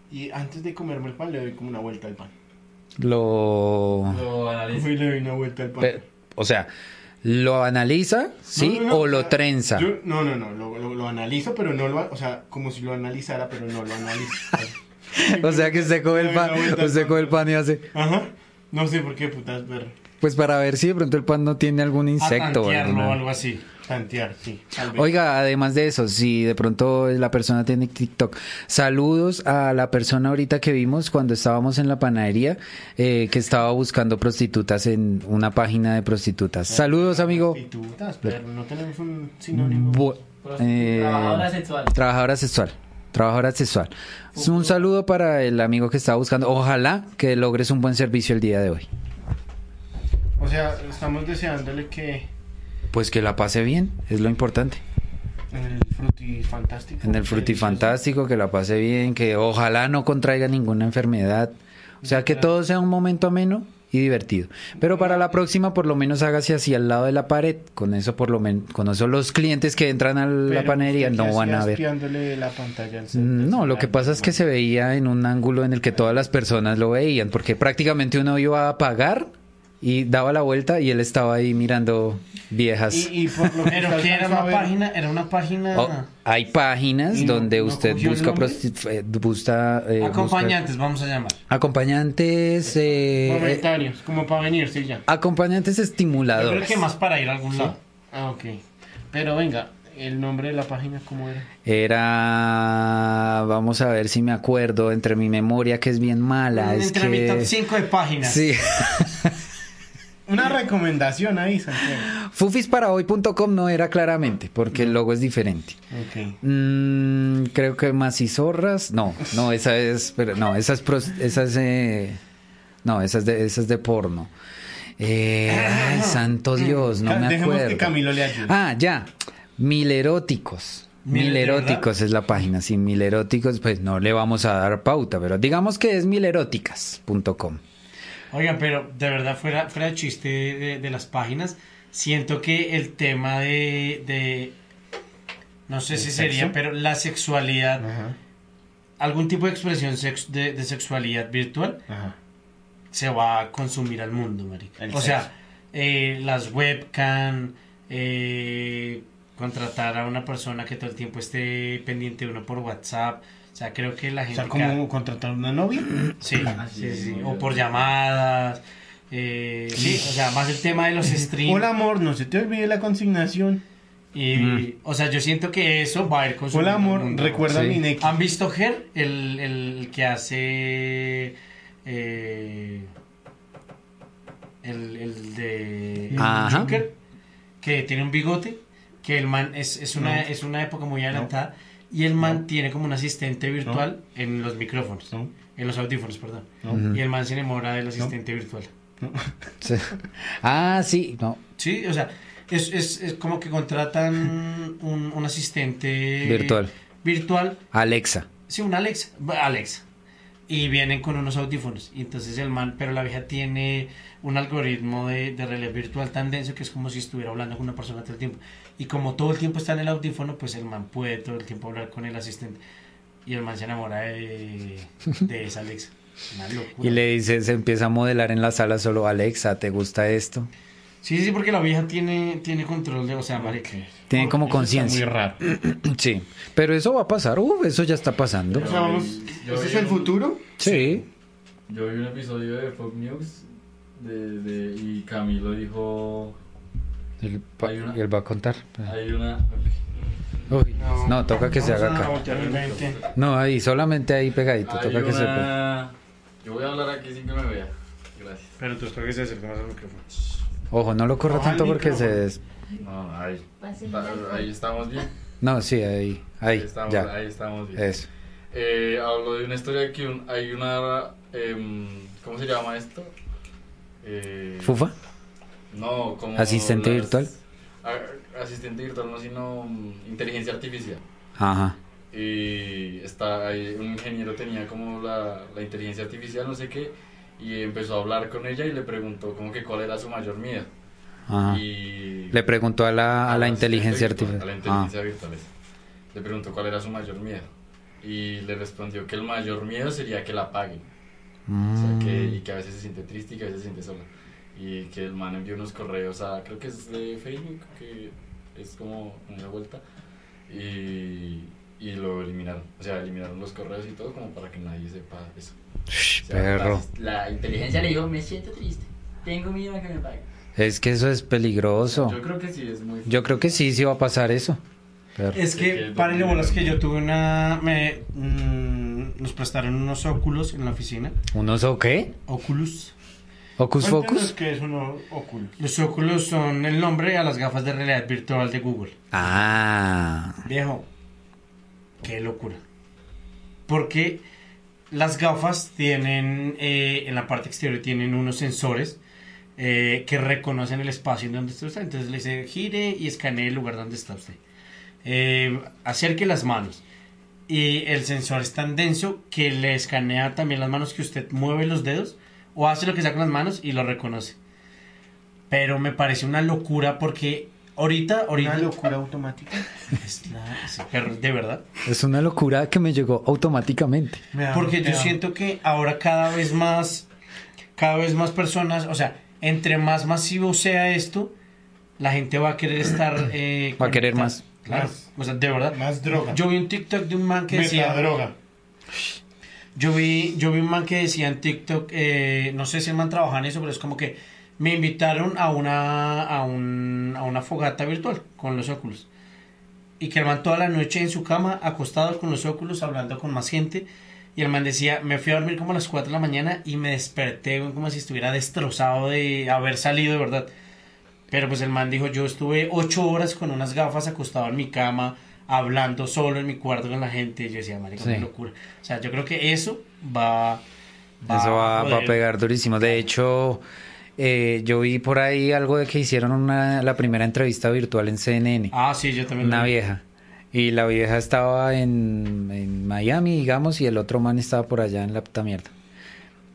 Speaker 1: y antes de comerme el pan le doy como una vuelta al pan.
Speaker 2: Lo...
Speaker 7: Lo analizo.
Speaker 1: Uy, le doy una vuelta al pan.
Speaker 2: pe- O sea, ¿lo analiza? ¿Sí?
Speaker 1: No, no, no,
Speaker 2: ¿O lo
Speaker 1: sea,
Speaker 2: trenza?
Speaker 1: yo- no, no, no, lo, lo- lo analizo, pero no lo, a- o sea, como si lo analizara, pero no lo analizo.
Speaker 2: <laughs> O sea que usted coge
Speaker 1: Le
Speaker 2: el
Speaker 1: doy una
Speaker 2: pan,
Speaker 1: vuelta al
Speaker 2: usted coge el pan y hace,
Speaker 1: Ajá. No sé por qué putas ver
Speaker 2: pues para ver si de pronto el pan no tiene algún
Speaker 3: a
Speaker 2: insecto. o
Speaker 3: tantearlo o
Speaker 2: alguna-
Speaker 3: algo así.
Speaker 1: tantear, sí. tal vez.
Speaker 2: Oiga, además de eso, si de pronto la persona tiene TikTok, saludos a la persona ahorita que vimos cuando estábamos en la panadería eh, que estaba buscando prostitutas en una página de prostitutas. Saludos, amigo.
Speaker 1: Prostitutas, pero no tenemos un sinónimo.
Speaker 2: Bu- eh,
Speaker 7: Trabajadora sexual.
Speaker 2: Trabajadora sexual. Trabajadora sexual. Es Un saludo para el amigo que estaba buscando. Ojalá que logres un buen servicio el día de hoy.
Speaker 1: O sea, estamos deseándole que
Speaker 2: Pues que la pase bien, es lo importante.
Speaker 1: en el frutifantástico.
Speaker 2: En el frutifantástico, que la pase bien, que ojalá no contraiga ninguna enfermedad. O sea, que todo sea un momento ameno y divertido. Pero para la próxima, por lo menos hágase hacia el lado de la pared. Con eso, por lo menos, con eso los clientes que entran a la
Speaker 1: Pero
Speaker 2: panadería
Speaker 1: usted
Speaker 2: no
Speaker 1: que
Speaker 2: van
Speaker 1: hacía
Speaker 2: a ver. Mm,
Speaker 1: espiándole la pantalla al celular.
Speaker 2: No, lo que pasa es que se veía en un ángulo en el que todas las personas lo veían, porque prácticamente uno iba a pagar y daba la vuelta y él estaba ahí mirando viejas.
Speaker 1: Y, y por
Speaker 2: <laughs>
Speaker 1: lo que
Speaker 3: Pero
Speaker 1: usted
Speaker 3: que
Speaker 1: alcanzó
Speaker 3: era
Speaker 1: a
Speaker 3: una
Speaker 1: ver-
Speaker 3: página, era una página...
Speaker 2: Oh, hay páginas
Speaker 1: Ah. ¿Y no-
Speaker 2: donde
Speaker 1: no
Speaker 2: usted
Speaker 1: cogió el
Speaker 2: busca,
Speaker 1: nombre?
Speaker 2: prosti- eh, busca, eh, busca-
Speaker 3: Acompañantes, vamos a llamar.
Speaker 2: acompañantes eh, eh,
Speaker 1: Momentarios, como para venir, sí, ya.
Speaker 2: acompañantes
Speaker 3: Yo creo
Speaker 2: estimuladores.
Speaker 3: que más para ir a algún lado.
Speaker 1: Ah, ok. Pero venga, el nombre de la página, ¿cómo era?
Speaker 2: Era vamos a ver si me acuerdo entre mi memoria que es bien mala, es
Speaker 3: Entre mi top
Speaker 2: que
Speaker 3: 5 de páginas.
Speaker 2: Sí. <laughs>
Speaker 1: Una recomendación ahí, Santiago.
Speaker 2: Fufisparahoy.com no era claramente, porque el logo es diferente.
Speaker 1: Ok.
Speaker 2: Mm, creo que macizorras. No, no, esa es. Pero no, esa es. pros- esa es, eh, no, esa es, de, esa es de porno. Eh,
Speaker 1: Ah,
Speaker 2: ay, santo Dios, Pues no
Speaker 1: Mm. Ca-
Speaker 2: me
Speaker 1: dejemos que
Speaker 2: acuerdo.
Speaker 1: Camilo le ayude.
Speaker 2: Ah, ya. Mileróticos.
Speaker 3: Mil-
Speaker 2: Mileróticos es la página. Sin mileróticos, pues no le vamos a dar pauta, pero digamos que es mileróticas.com.
Speaker 3: Oigan, pero de verdad, fuera, fuera de chiste de, de las páginas, siento que el tema de, de- no sé si sería,
Speaker 1: sexo?
Speaker 3: pero la sexualidad,
Speaker 1: Ajá,
Speaker 3: algún tipo de expresión sex- de, de sexualidad virtual
Speaker 1: ajá.
Speaker 3: se va a consumir al mundo, marica.
Speaker 1: El
Speaker 3: o
Speaker 1: sexo.
Speaker 3: sea, eh, las webcam, eh, contratar a una persona que todo el tiempo esté pendiente de uno por WhatsApp. O sea, creo que la
Speaker 1: O
Speaker 3: gente...
Speaker 1: sea,
Speaker 3: cada-
Speaker 1: como contratar una novia.
Speaker 3: Sí,
Speaker 6: Así
Speaker 3: sí,
Speaker 6: es,
Speaker 3: sí.
Speaker 6: muy
Speaker 3: O
Speaker 6: bien.
Speaker 3: por llamadas. eh, sí, o sea, más el tema de los streams.
Speaker 1: Hola amor, no se te olvide la consignación.
Speaker 3: Y, O sea, yo siento que eso va a ir con su.
Speaker 1: Hola amor, recuerda
Speaker 2: Sí.
Speaker 1: mi neck.
Speaker 3: ¿Han visto Her? El, el que hace. eh, el, el de.
Speaker 2: Ajá.
Speaker 3: Joker, que tiene un bigote. Que el man es, es, una, es una época muy adelantada. Y el man tiene como un asistente virtual en los micrófonos.
Speaker 1: No,
Speaker 3: En los audífonos, perdón.
Speaker 2: Mm,
Speaker 1: no.
Speaker 3: Y el man se enamora del asistente virtual.
Speaker 2: Sí. Ah, sí, no.
Speaker 3: Sí, o sea, es, es, es como que
Speaker 2: <laughs>
Speaker 3: contratan un, un
Speaker 1: Eh,
Speaker 3: asistente
Speaker 2: Virtual.
Speaker 3: Virtual,
Speaker 2: Alexa.
Speaker 3: sí, un Alexa, b- Alexa. Y vienen con unos audífonos. Y entonces el man, pero la vieja tiene un algoritmo de, de relé virtual tan denso que es como si estuviera hablando con una persona todo el tiempo. Y como todo el tiempo está en el audífono, pues el man puede todo el tiempo hablar con el asistente. Y el man se enamora de, de esa Alexa. Una locura.
Speaker 2: Y le dice, se empieza a modelar en la sala solo, Alexa, ¿te gusta esto?
Speaker 3: Sí, sí, porque la vieja tiene, tiene control de, o sea, marica.
Speaker 2: Tiene como
Speaker 1: Eso está
Speaker 2: conciencia.
Speaker 1: Muy raro.
Speaker 2: <clears throat> Sí, pero eso va a pasar, Uf, eso ya está pasando.
Speaker 1: O sea, vamos,
Speaker 6: Yo
Speaker 1: ¿Ese es
Speaker 6: vi
Speaker 1: el
Speaker 6: un-
Speaker 1: futuro?
Speaker 2: Sí,
Speaker 5: Yo vi un episodio de Fox News de, de- y Camilo dijo,
Speaker 2: él va,
Speaker 5: Hay una-
Speaker 2: él va a contar.
Speaker 5: hay una...
Speaker 2: Uy, no, toca que se
Speaker 1: Vamos
Speaker 2: haga
Speaker 1: a
Speaker 2: acá.
Speaker 1: voltear el veinte.
Speaker 2: No, ahí, solamente ahí pegadito,
Speaker 5: Hay
Speaker 2: toca que se pegue.
Speaker 5: una... Yo voy a hablar aquí sin que me vea. Gracias.
Speaker 3: Pero tú creo que se acerca más al micrófono.
Speaker 2: Ojo, no lo corra
Speaker 1: Ojalá
Speaker 2: tanto
Speaker 1: el
Speaker 2: porque se...
Speaker 1: micrófono.
Speaker 2: des-
Speaker 5: No, ahí. Ahí estamos bien.
Speaker 2: No, sí, ahí, ahí,
Speaker 5: estamos,
Speaker 2: ya,
Speaker 5: ahí estamos bien.
Speaker 2: eso.
Speaker 5: Eh, hablo de una historia que un- hay una... em, ¿Cómo se llama esto? Eh,
Speaker 2: ¿Fufa?
Speaker 5: No, como...
Speaker 2: ¿Asistente virtual?
Speaker 5: a- asistente virtual, no, sino mm, inteligencia artificial.
Speaker 2: Ajá,
Speaker 5: Y está ahí, un ingeniero tenía como la, la inteligencia artificial, no sé qué, y empezó a hablar con ella y le preguntó como que cuál era su mayor miedo.
Speaker 2: ajá.
Speaker 5: Y
Speaker 2: Ah. Le preguntó a la, a Ah, la
Speaker 5: al
Speaker 2: inteligencia
Speaker 5: asistente virtual,
Speaker 2: artificial.
Speaker 5: Ah,
Speaker 2: Ah.
Speaker 5: A la inteligencia virtual. esa. Le preguntó cuál era su mayor miedo. Y le respondió que el mayor miedo sería que la paguen. O
Speaker 2: Mm.
Speaker 5: sea, que, y que a veces se siente triste y que a veces se siente sola. Y que el man envió unos correos a, creo que es de Facebook, que es como una vuelta. Y, y lo eliminaron. O sea, eliminaron los correos y todo como para que nadie sepa eso. O sea,
Speaker 2: Ah, Perro.
Speaker 5: La, la inteligencia le dijo, me siento triste. Tengo miedo a que me paguen.
Speaker 2: Es que eso es peligroso.
Speaker 5: Yo creo que sí, es muy...
Speaker 2: Yo creo que sí, sí va a pasar eso. Pero-
Speaker 3: Es
Speaker 5: que
Speaker 3: que, para
Speaker 5: dormir.
Speaker 3: bolas que yo tuve una. Me, mm, nos prestaron unos óculos en la oficina.
Speaker 2: ¿Unos o qué?
Speaker 3: Óculos.
Speaker 2: ¿Ocus
Speaker 1: Cuéntanos
Speaker 2: Focus?
Speaker 1: que es uno óculos.
Speaker 3: Los óculos son el nombre a las gafas de realidad virtual de Google.
Speaker 2: Ah,
Speaker 3: Viejo, qué locura. Porque las gafas tienen, eh, en la parte exterior tienen unos sensores eh, que reconocen el espacio en donde usted está. Entonces le dice, gire y escanee el lugar donde está usted. Eh, acerque las manos. Y el sensor es tan denso que le escanea también las manos que usted mueve los dedos o hace lo que sea con las manos y lo reconoce. Pero me parece una locura porque ahorita, ahorita...
Speaker 1: Una locura
Speaker 3: <laughs>
Speaker 1: automática.
Speaker 3: Es la- ese perro, de verdad.
Speaker 2: es una locura que me llegó automáticamente.
Speaker 1: Me da-
Speaker 3: Porque
Speaker 1: me
Speaker 3: yo
Speaker 1: da-
Speaker 3: siento que ahora cada vez más, cada vez más personas, o sea, entre más masivo sea esto, la gente va a
Speaker 2: <clears throat>
Speaker 3: querer estar... eh,
Speaker 2: Va a querer
Speaker 3: conectada.
Speaker 2: más.
Speaker 3: Claro,
Speaker 1: Más.
Speaker 3: o sea, de verdad.
Speaker 1: Más droga.
Speaker 3: Yo vi un TikTok de un man que decía...
Speaker 1: droga.
Speaker 3: Yo vi, yo vi un man que decía en TikTok, eh, no sé si el man trabaja en eso, pero es como que me invitaron a una, a, un- a una fogata virtual con los óculos. Y que el man toda la noche en su cama, acostado con los óculos, hablando con más gente. Y el man decía, me fui a dormir como a las 4 de la mañana y me desperté güey, como si estuviera destrozado de haber salido, de verdad. Pero pues el man dijo, yo estuve ocho horas con unas gafas acostado en mi cama, hablando solo en mi cuarto con la gente. Y yo decía, marica, qué
Speaker 2: Sí.
Speaker 3: locura. O sea, yo creo que eso va...
Speaker 2: Eso va, va a
Speaker 3: Ah, joder.
Speaker 2: pegar durísimo. De hecho, eh, yo vi por ahí algo de que hicieron una, la primera entrevista virtual en CNN.
Speaker 3: Ah, sí, yo también. lo
Speaker 2: Una
Speaker 3: vi.
Speaker 2: vieja. Y la vieja estaba en, en Miami, digamos, y el otro man estaba por allá en la puta mierda.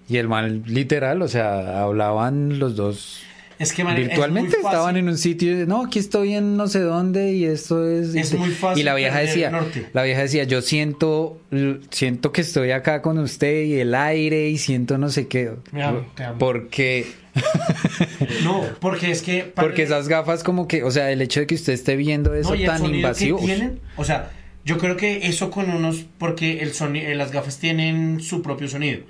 Speaker 2: Y el man, literal, o sea, hablaban los dos
Speaker 3: Es que, marica, es muy
Speaker 2: Virtualmente
Speaker 3: fácil.
Speaker 2: estaban en un sitio, y, no, aquí estoy en no sé dónde y esto es... y
Speaker 3: Es
Speaker 2: te-
Speaker 3: muy fácil
Speaker 2: Y la vieja
Speaker 3: perder el
Speaker 2: decía,
Speaker 3: norte.
Speaker 2: la vieja decía, yo siento, l- siento que estoy acá con usted y el aire y siento no sé qué.
Speaker 3: Me amo, te amo.
Speaker 2: Porque,
Speaker 3: No, porque es que... para-
Speaker 2: porque esas gafas como que, o sea, el hecho de que usted esté viendo eso
Speaker 3: No, y el
Speaker 2: tan
Speaker 3: sonido que
Speaker 2: invasivo.
Speaker 3: tienen, o sea, yo creo que eso con unos, porque el soni- eh, las gafas tienen su propio sonido.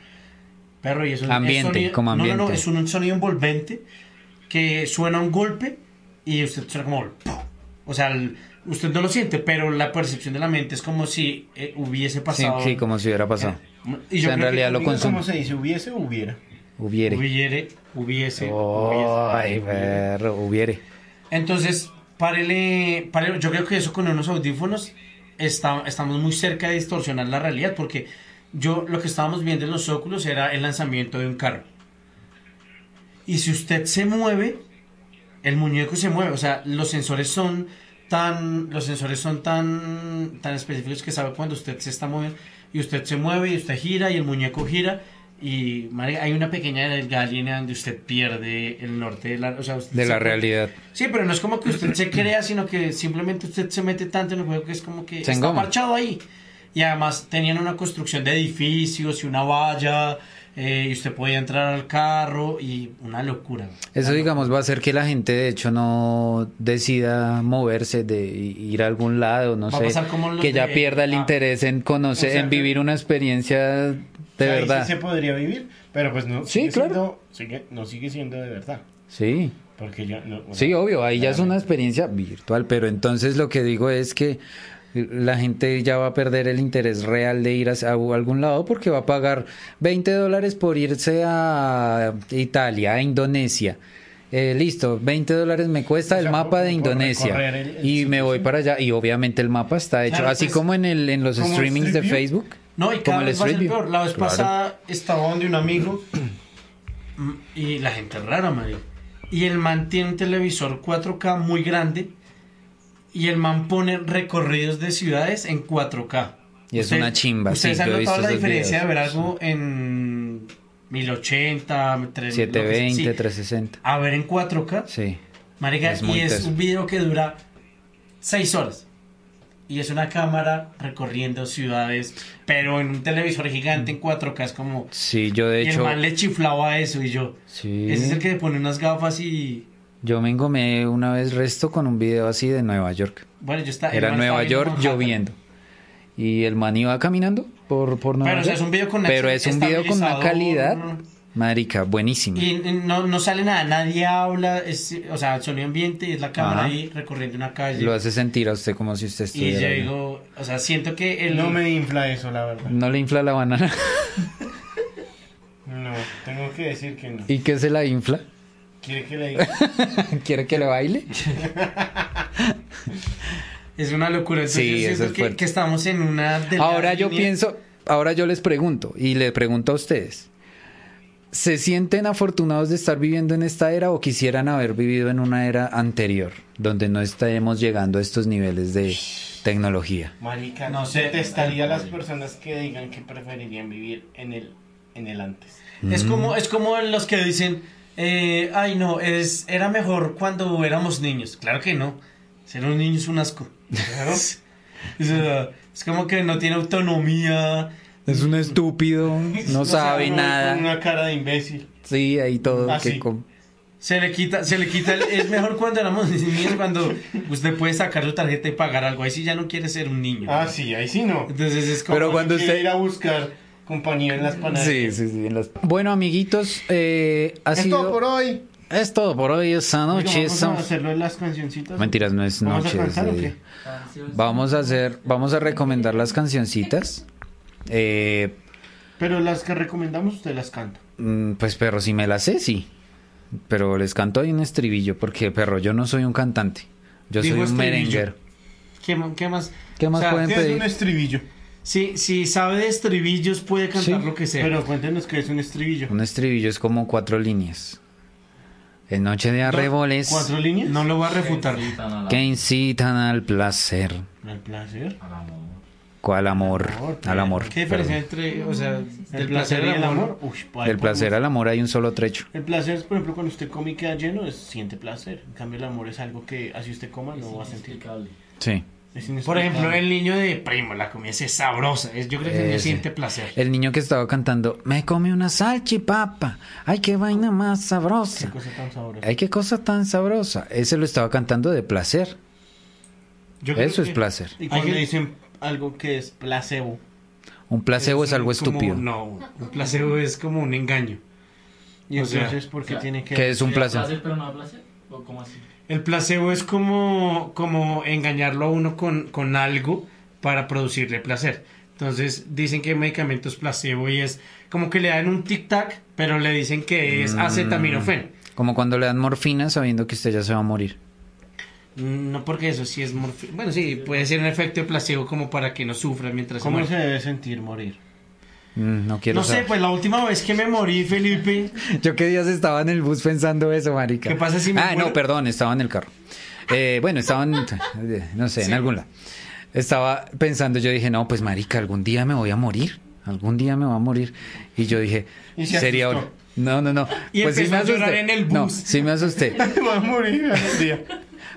Speaker 3: Perro, y eso es- es
Speaker 2: Ambiente,
Speaker 3: sonido-
Speaker 2: como
Speaker 3: No, no, no,
Speaker 2: ambiente.
Speaker 3: es un, sonido envolvente que suena un golpe y usted suena como el ¡pum! O sea, el- usted no lo siente, pero la percepción de la mente es como si eh, hubiese
Speaker 2: Sí,
Speaker 3: pasado.
Speaker 2: sí, como si hubiera pasado.
Speaker 3: Y
Speaker 2: O sea, en
Speaker 3: creo que
Speaker 2: realidad lo
Speaker 1: Diga,
Speaker 2: consumo.
Speaker 1: ¿Cómo se dice? ¿Hubiese o hubiera?
Speaker 2: Hubiere.
Speaker 3: hubiere, hubiese,
Speaker 2: Oh, ay, perro, hubiere.
Speaker 3: Entonces, párele, párele- yo creo que eso con unos audífonos está- estamos muy cerca de distorsionar la realidad, porque yo lo que estábamos viendo en los óculos era el lanzamiento de un carro. Y si usted se mueve, el muñeco se mueve, o sea, los sensores son tan los sensores son tan tan específicos que sabe cuando usted se está moviendo y usted se mueve y usted gira y el muñeco gira y marica, hay una pequeña delgada línea donde usted pierde el norte de la, o sea, usted
Speaker 2: De
Speaker 3: se
Speaker 2: la
Speaker 3: puede-
Speaker 2: realidad.
Speaker 3: Sí, pero no es como que usted se crea, sino que simplemente usted se mete tanto en el juego que es como que
Speaker 2: Se
Speaker 3: está
Speaker 2: engoma.
Speaker 3: marchado ahí. Y además tenían una construcción de edificios y una valla, eh, y usted podía entrar al carro, y una locura.
Speaker 2: Eso, digamos, va a hacer que la gente, de hecho, no decida moverse, de i- ir a algún lado, no
Speaker 3: Va a
Speaker 2: sé.
Speaker 3: pasar como los
Speaker 2: que ya
Speaker 3: de-
Speaker 2: pierda el
Speaker 3: ah.
Speaker 2: interés en conocer,
Speaker 1: O sea,
Speaker 2: en
Speaker 1: que-
Speaker 2: vivir una experiencia de
Speaker 1: O sea, ahí
Speaker 2: verdad.
Speaker 1: Sí se podría vivir, pero pues no.
Speaker 2: Sí,
Speaker 1: sigue
Speaker 2: claro.
Speaker 1: siendo- sigue- no sigue siendo de verdad.
Speaker 2: Sí.
Speaker 1: Porque ya no. o
Speaker 2: Sí,
Speaker 1: sea,
Speaker 2: obvio, ahí ya es una
Speaker 1: claramente.
Speaker 2: experiencia virtual, pero entonces lo que digo es que la gente ya va a perder el interés real de ir a, a algún lado porque va a pagar 20 dólares por irse a Italia, a Indonesia. Eh, listo, 20 dólares me cuesta
Speaker 1: O
Speaker 2: el
Speaker 1: sea,
Speaker 2: mapa
Speaker 1: por-
Speaker 2: de
Speaker 1: por
Speaker 2: Indonesia
Speaker 1: recorrer el- el
Speaker 2: y
Speaker 1: sitio,
Speaker 2: me voy
Speaker 1: sí.
Speaker 2: para allá y obviamente el mapa está hecho,
Speaker 3: Claro,
Speaker 2: así
Speaker 3: pues,
Speaker 2: como en, el, en los
Speaker 1: como
Speaker 2: streamings de
Speaker 1: Street View.
Speaker 2: Facebook.
Speaker 3: No, y
Speaker 2: como
Speaker 3: cada
Speaker 2: el
Speaker 3: vez va a ser
Speaker 2: Street View.
Speaker 3: peor. La vez
Speaker 2: Claro.
Speaker 3: pasada estaba donde un amigo mm, y la gente rara, Mario. Y el man tiene un televisor 4K muy grande y el man pone recorridos de ciudades en 4K.
Speaker 2: Y es
Speaker 3: Usted-
Speaker 2: una chimba,
Speaker 3: Ustedes
Speaker 2: sí,
Speaker 3: han
Speaker 2: yo he
Speaker 3: notado
Speaker 2: visto
Speaker 3: la
Speaker 2: esos
Speaker 3: diferencia de ver
Speaker 2: videos,
Speaker 3: algo en 1080, 3,
Speaker 2: 720, 360.
Speaker 3: A ver en 4K.
Speaker 2: Sí.
Speaker 3: Marica,
Speaker 2: Es muy
Speaker 3: y es
Speaker 2: teso.
Speaker 3: un video que dura 6 horas. Y es una cámara recorriendo ciudades, pero en un televisor gigante en 4K es como...
Speaker 2: Sí, yo de
Speaker 3: y el
Speaker 2: hecho...
Speaker 3: man le chiflaba eso y yo...
Speaker 2: Sí.
Speaker 3: Ese es el que le pone unas gafas y...
Speaker 2: Yo me engomé una vez resto con un video así de Nueva York.
Speaker 3: Bueno, yo estaba... el
Speaker 2: Era
Speaker 3: man
Speaker 2: Nueva
Speaker 3: estaba
Speaker 2: York
Speaker 3: viendo Manhattan.
Speaker 2: lloviendo. Y el man iba caminando por, por Nueva
Speaker 3: Pero, o sea,
Speaker 2: York.
Speaker 3: es un video con una-
Speaker 2: Pero es un video con una calidad,
Speaker 3: estabilizador.
Speaker 2: marica, buenísima.
Speaker 3: Y y no, no sale nada, nadie habla, es, o sea, el sonido ambiente y es la cámara
Speaker 2: Ajá.
Speaker 3: ahí recorriendo una calle.
Speaker 2: Lo hace sentir a usted como si usted
Speaker 3: y
Speaker 2: estuviera
Speaker 3: yo
Speaker 2: ahí.
Speaker 3: digo, o sea, siento que el...
Speaker 1: No me infla eso, la verdad.
Speaker 2: No le infla la banana. <laughs>
Speaker 1: No, tengo que decir que no.
Speaker 2: ¿Y qué se la infla? <laughs>
Speaker 1: ¿Quiere que le diga?
Speaker 2: ¿Quiere que le baile?
Speaker 3: Es una locura. Entonces,
Speaker 2: Sí,
Speaker 3: yo
Speaker 2: eso
Speaker 3: siento
Speaker 2: es
Speaker 3: que,
Speaker 2: fuerte.
Speaker 3: que estamos en una. delgada
Speaker 2: Ahora yo
Speaker 3: línea.
Speaker 2: pienso, ahora yo les pregunto y le pregunto a ustedes. ¿Se sienten afortunados de estar viviendo en esta era o quisieran haber vivido en una era anterior, donde no estemos llegando a estos niveles de tecnología?
Speaker 1: Marica,
Speaker 3: No
Speaker 1: no
Speaker 3: sé.
Speaker 1: sé. Detestaría a las personas que digan que preferirían vivir en el, en el antes.
Speaker 3: Es
Speaker 2: Mm.
Speaker 3: como, es como los que dicen, eh, ay no, es, era mejor cuando éramos niños. Claro que no. Ser un niño es un asco.
Speaker 2: <laughs>
Speaker 1: Claro.
Speaker 3: O sea, es como que no tiene autonomía.
Speaker 2: Es un estúpido,
Speaker 1: <laughs>
Speaker 2: no
Speaker 1: O sea,
Speaker 2: sabe
Speaker 1: uno Con
Speaker 2: nada.
Speaker 1: una cara de imbécil.
Speaker 2: Sí, ahí todo.
Speaker 1: Ah,
Speaker 2: que
Speaker 1: sí.
Speaker 2: com-
Speaker 3: Se le quita, se le quita, el- es mejor cuando éramos <laughs> niños, cuando usted puede sacar su tarjeta y pagar algo. Ahí sí ya no quiere ser un niño.
Speaker 1: Ah, sí, ahí sí no.
Speaker 3: Entonces es como...
Speaker 2: Pero cuando
Speaker 1: Quiere
Speaker 2: usted-
Speaker 1: ir a buscar compañía en las
Speaker 2: Sí,
Speaker 1: panaderías.
Speaker 2: sí, sí, en las- Bueno, amiguitos, eh, ha
Speaker 1: Es
Speaker 2: sido...
Speaker 1: todo por hoy.
Speaker 2: Es todo por hoy, esta
Speaker 1: Oiga,
Speaker 2: noche.
Speaker 1: vamos a
Speaker 2: estamos-
Speaker 1: hacerlo en las cancioncitas.
Speaker 2: Mentiras, no es
Speaker 1: ¿Vamos a
Speaker 2: noche. es
Speaker 1: cantar o
Speaker 2: de-
Speaker 1: qué?
Speaker 2: Vamos a hacer, vamos a recomendar las cancioncitas. Eh,
Speaker 1: Pero las que recomendamos usted las canta.
Speaker 2: mm, pues perro, si me las sé, sí. Pero les canto ahí un estribillo, porque perro, yo no soy un cantante. Yo soy
Speaker 3: Dijo
Speaker 2: un
Speaker 3: estribillo.
Speaker 2: merenguero.
Speaker 3: ¿Qué, ma- qué más?
Speaker 2: ¿Qué más
Speaker 3: O sea,
Speaker 2: pueden
Speaker 1: Es un
Speaker 2: pedir?
Speaker 1: estribillo.
Speaker 3: Si, si sabe de estribillos, puede cantar
Speaker 2: Sí,
Speaker 3: lo que sea.
Speaker 1: Pero cuéntenos qué es un estribillo.
Speaker 2: Un estribillo es como cuatro líneas. En noche de arreboles
Speaker 1: ¿Cuatro líneas?
Speaker 3: no lo va a refutar.
Speaker 5: Incitan a la-
Speaker 2: que incitan al placer.
Speaker 1: Al placer.
Speaker 5: al amor.
Speaker 2: ¿Cuál amor? Al amor.
Speaker 3: ¿Qué diferencia
Speaker 2: perdón.
Speaker 3: entre, o sea,
Speaker 1: El placer y el amor. Uy, ay,
Speaker 2: Del placer al amor hay un solo trecho.
Speaker 1: El placer, por ejemplo, cuando usted come y queda lleno, es, siente placer. En cambio, el amor es algo que así usted coma no va a sentir.
Speaker 5: Inexplicable.
Speaker 2: Sí.
Speaker 1: Es
Speaker 3: Por
Speaker 1: inexplicable.
Speaker 3: ejemplo, el niño de primo, la comida es sabrosa. es- yo creo que el niño
Speaker 2: Ese.
Speaker 3: siente placer.
Speaker 2: El niño que estaba cantando, me come una salchipapa. Ay, qué vaina más
Speaker 1: Qué
Speaker 2: sabrosa.
Speaker 1: cosa tan sabrosa.
Speaker 2: Ay, qué cosa tan sabrosa. Ese lo estaba cantando de placer.
Speaker 3: Yo creo
Speaker 2: Eso es
Speaker 3: que-
Speaker 2: placer.
Speaker 1: Y cuando
Speaker 3: Hay
Speaker 1: le
Speaker 3: gente-
Speaker 1: dicen algo que es placebo,
Speaker 2: Un placebo es
Speaker 3: como-
Speaker 2: algo estúpido.
Speaker 3: No, un placebo es como un engaño.
Speaker 1: y
Speaker 3: O sea,
Speaker 1: entonces, ¿por qué
Speaker 5: o sea,
Speaker 1: tiene que.?
Speaker 2: Que es un
Speaker 5: ¿Sería
Speaker 2: placer.
Speaker 5: pero no da placer? ¿O cómo así?
Speaker 3: El placebo es como, como engañarlo a uno con, con algo para producirle placer. Entonces dicen que hay medicamentos placebo y es como que le dan un tic-tac, pero le dicen que
Speaker 2: Mm.
Speaker 3: es acetaminofén.
Speaker 2: Como cuando le dan morfina sabiendo que usted ya se va a morir.
Speaker 3: No porque eso sí es morfina. Bueno, sí, puede ser un efecto de placebo como para que no sufra mientras
Speaker 1: ¿Cómo
Speaker 3: muere.
Speaker 1: se debe sentir morir?
Speaker 2: Mm, no quiero
Speaker 3: No sé,
Speaker 2: saber.
Speaker 3: pues la última vez que me morí, Felipe,
Speaker 2: <laughs> Yo qué días estaba en el bus pensando eso, marica.
Speaker 3: ¿Qué pasa si me
Speaker 2: Ah,
Speaker 3: muero?
Speaker 2: no, perdón, estaba en el carro. Eh, bueno, estaba en, eh, no sé, en algún lado. Estaba pensando, yo dije, no, pues marica, algún día me voy a morir. Algún día me voy a morir. Y yo dije,
Speaker 1: Y se
Speaker 2: sería
Speaker 1: asustó.
Speaker 2: ahora. No, no, no.
Speaker 3: Y empezó a llorar en el
Speaker 2: No,
Speaker 3: bus.
Speaker 2: sí me
Speaker 3: <laughs>
Speaker 2: asusté.
Speaker 1: Va a morir algún día.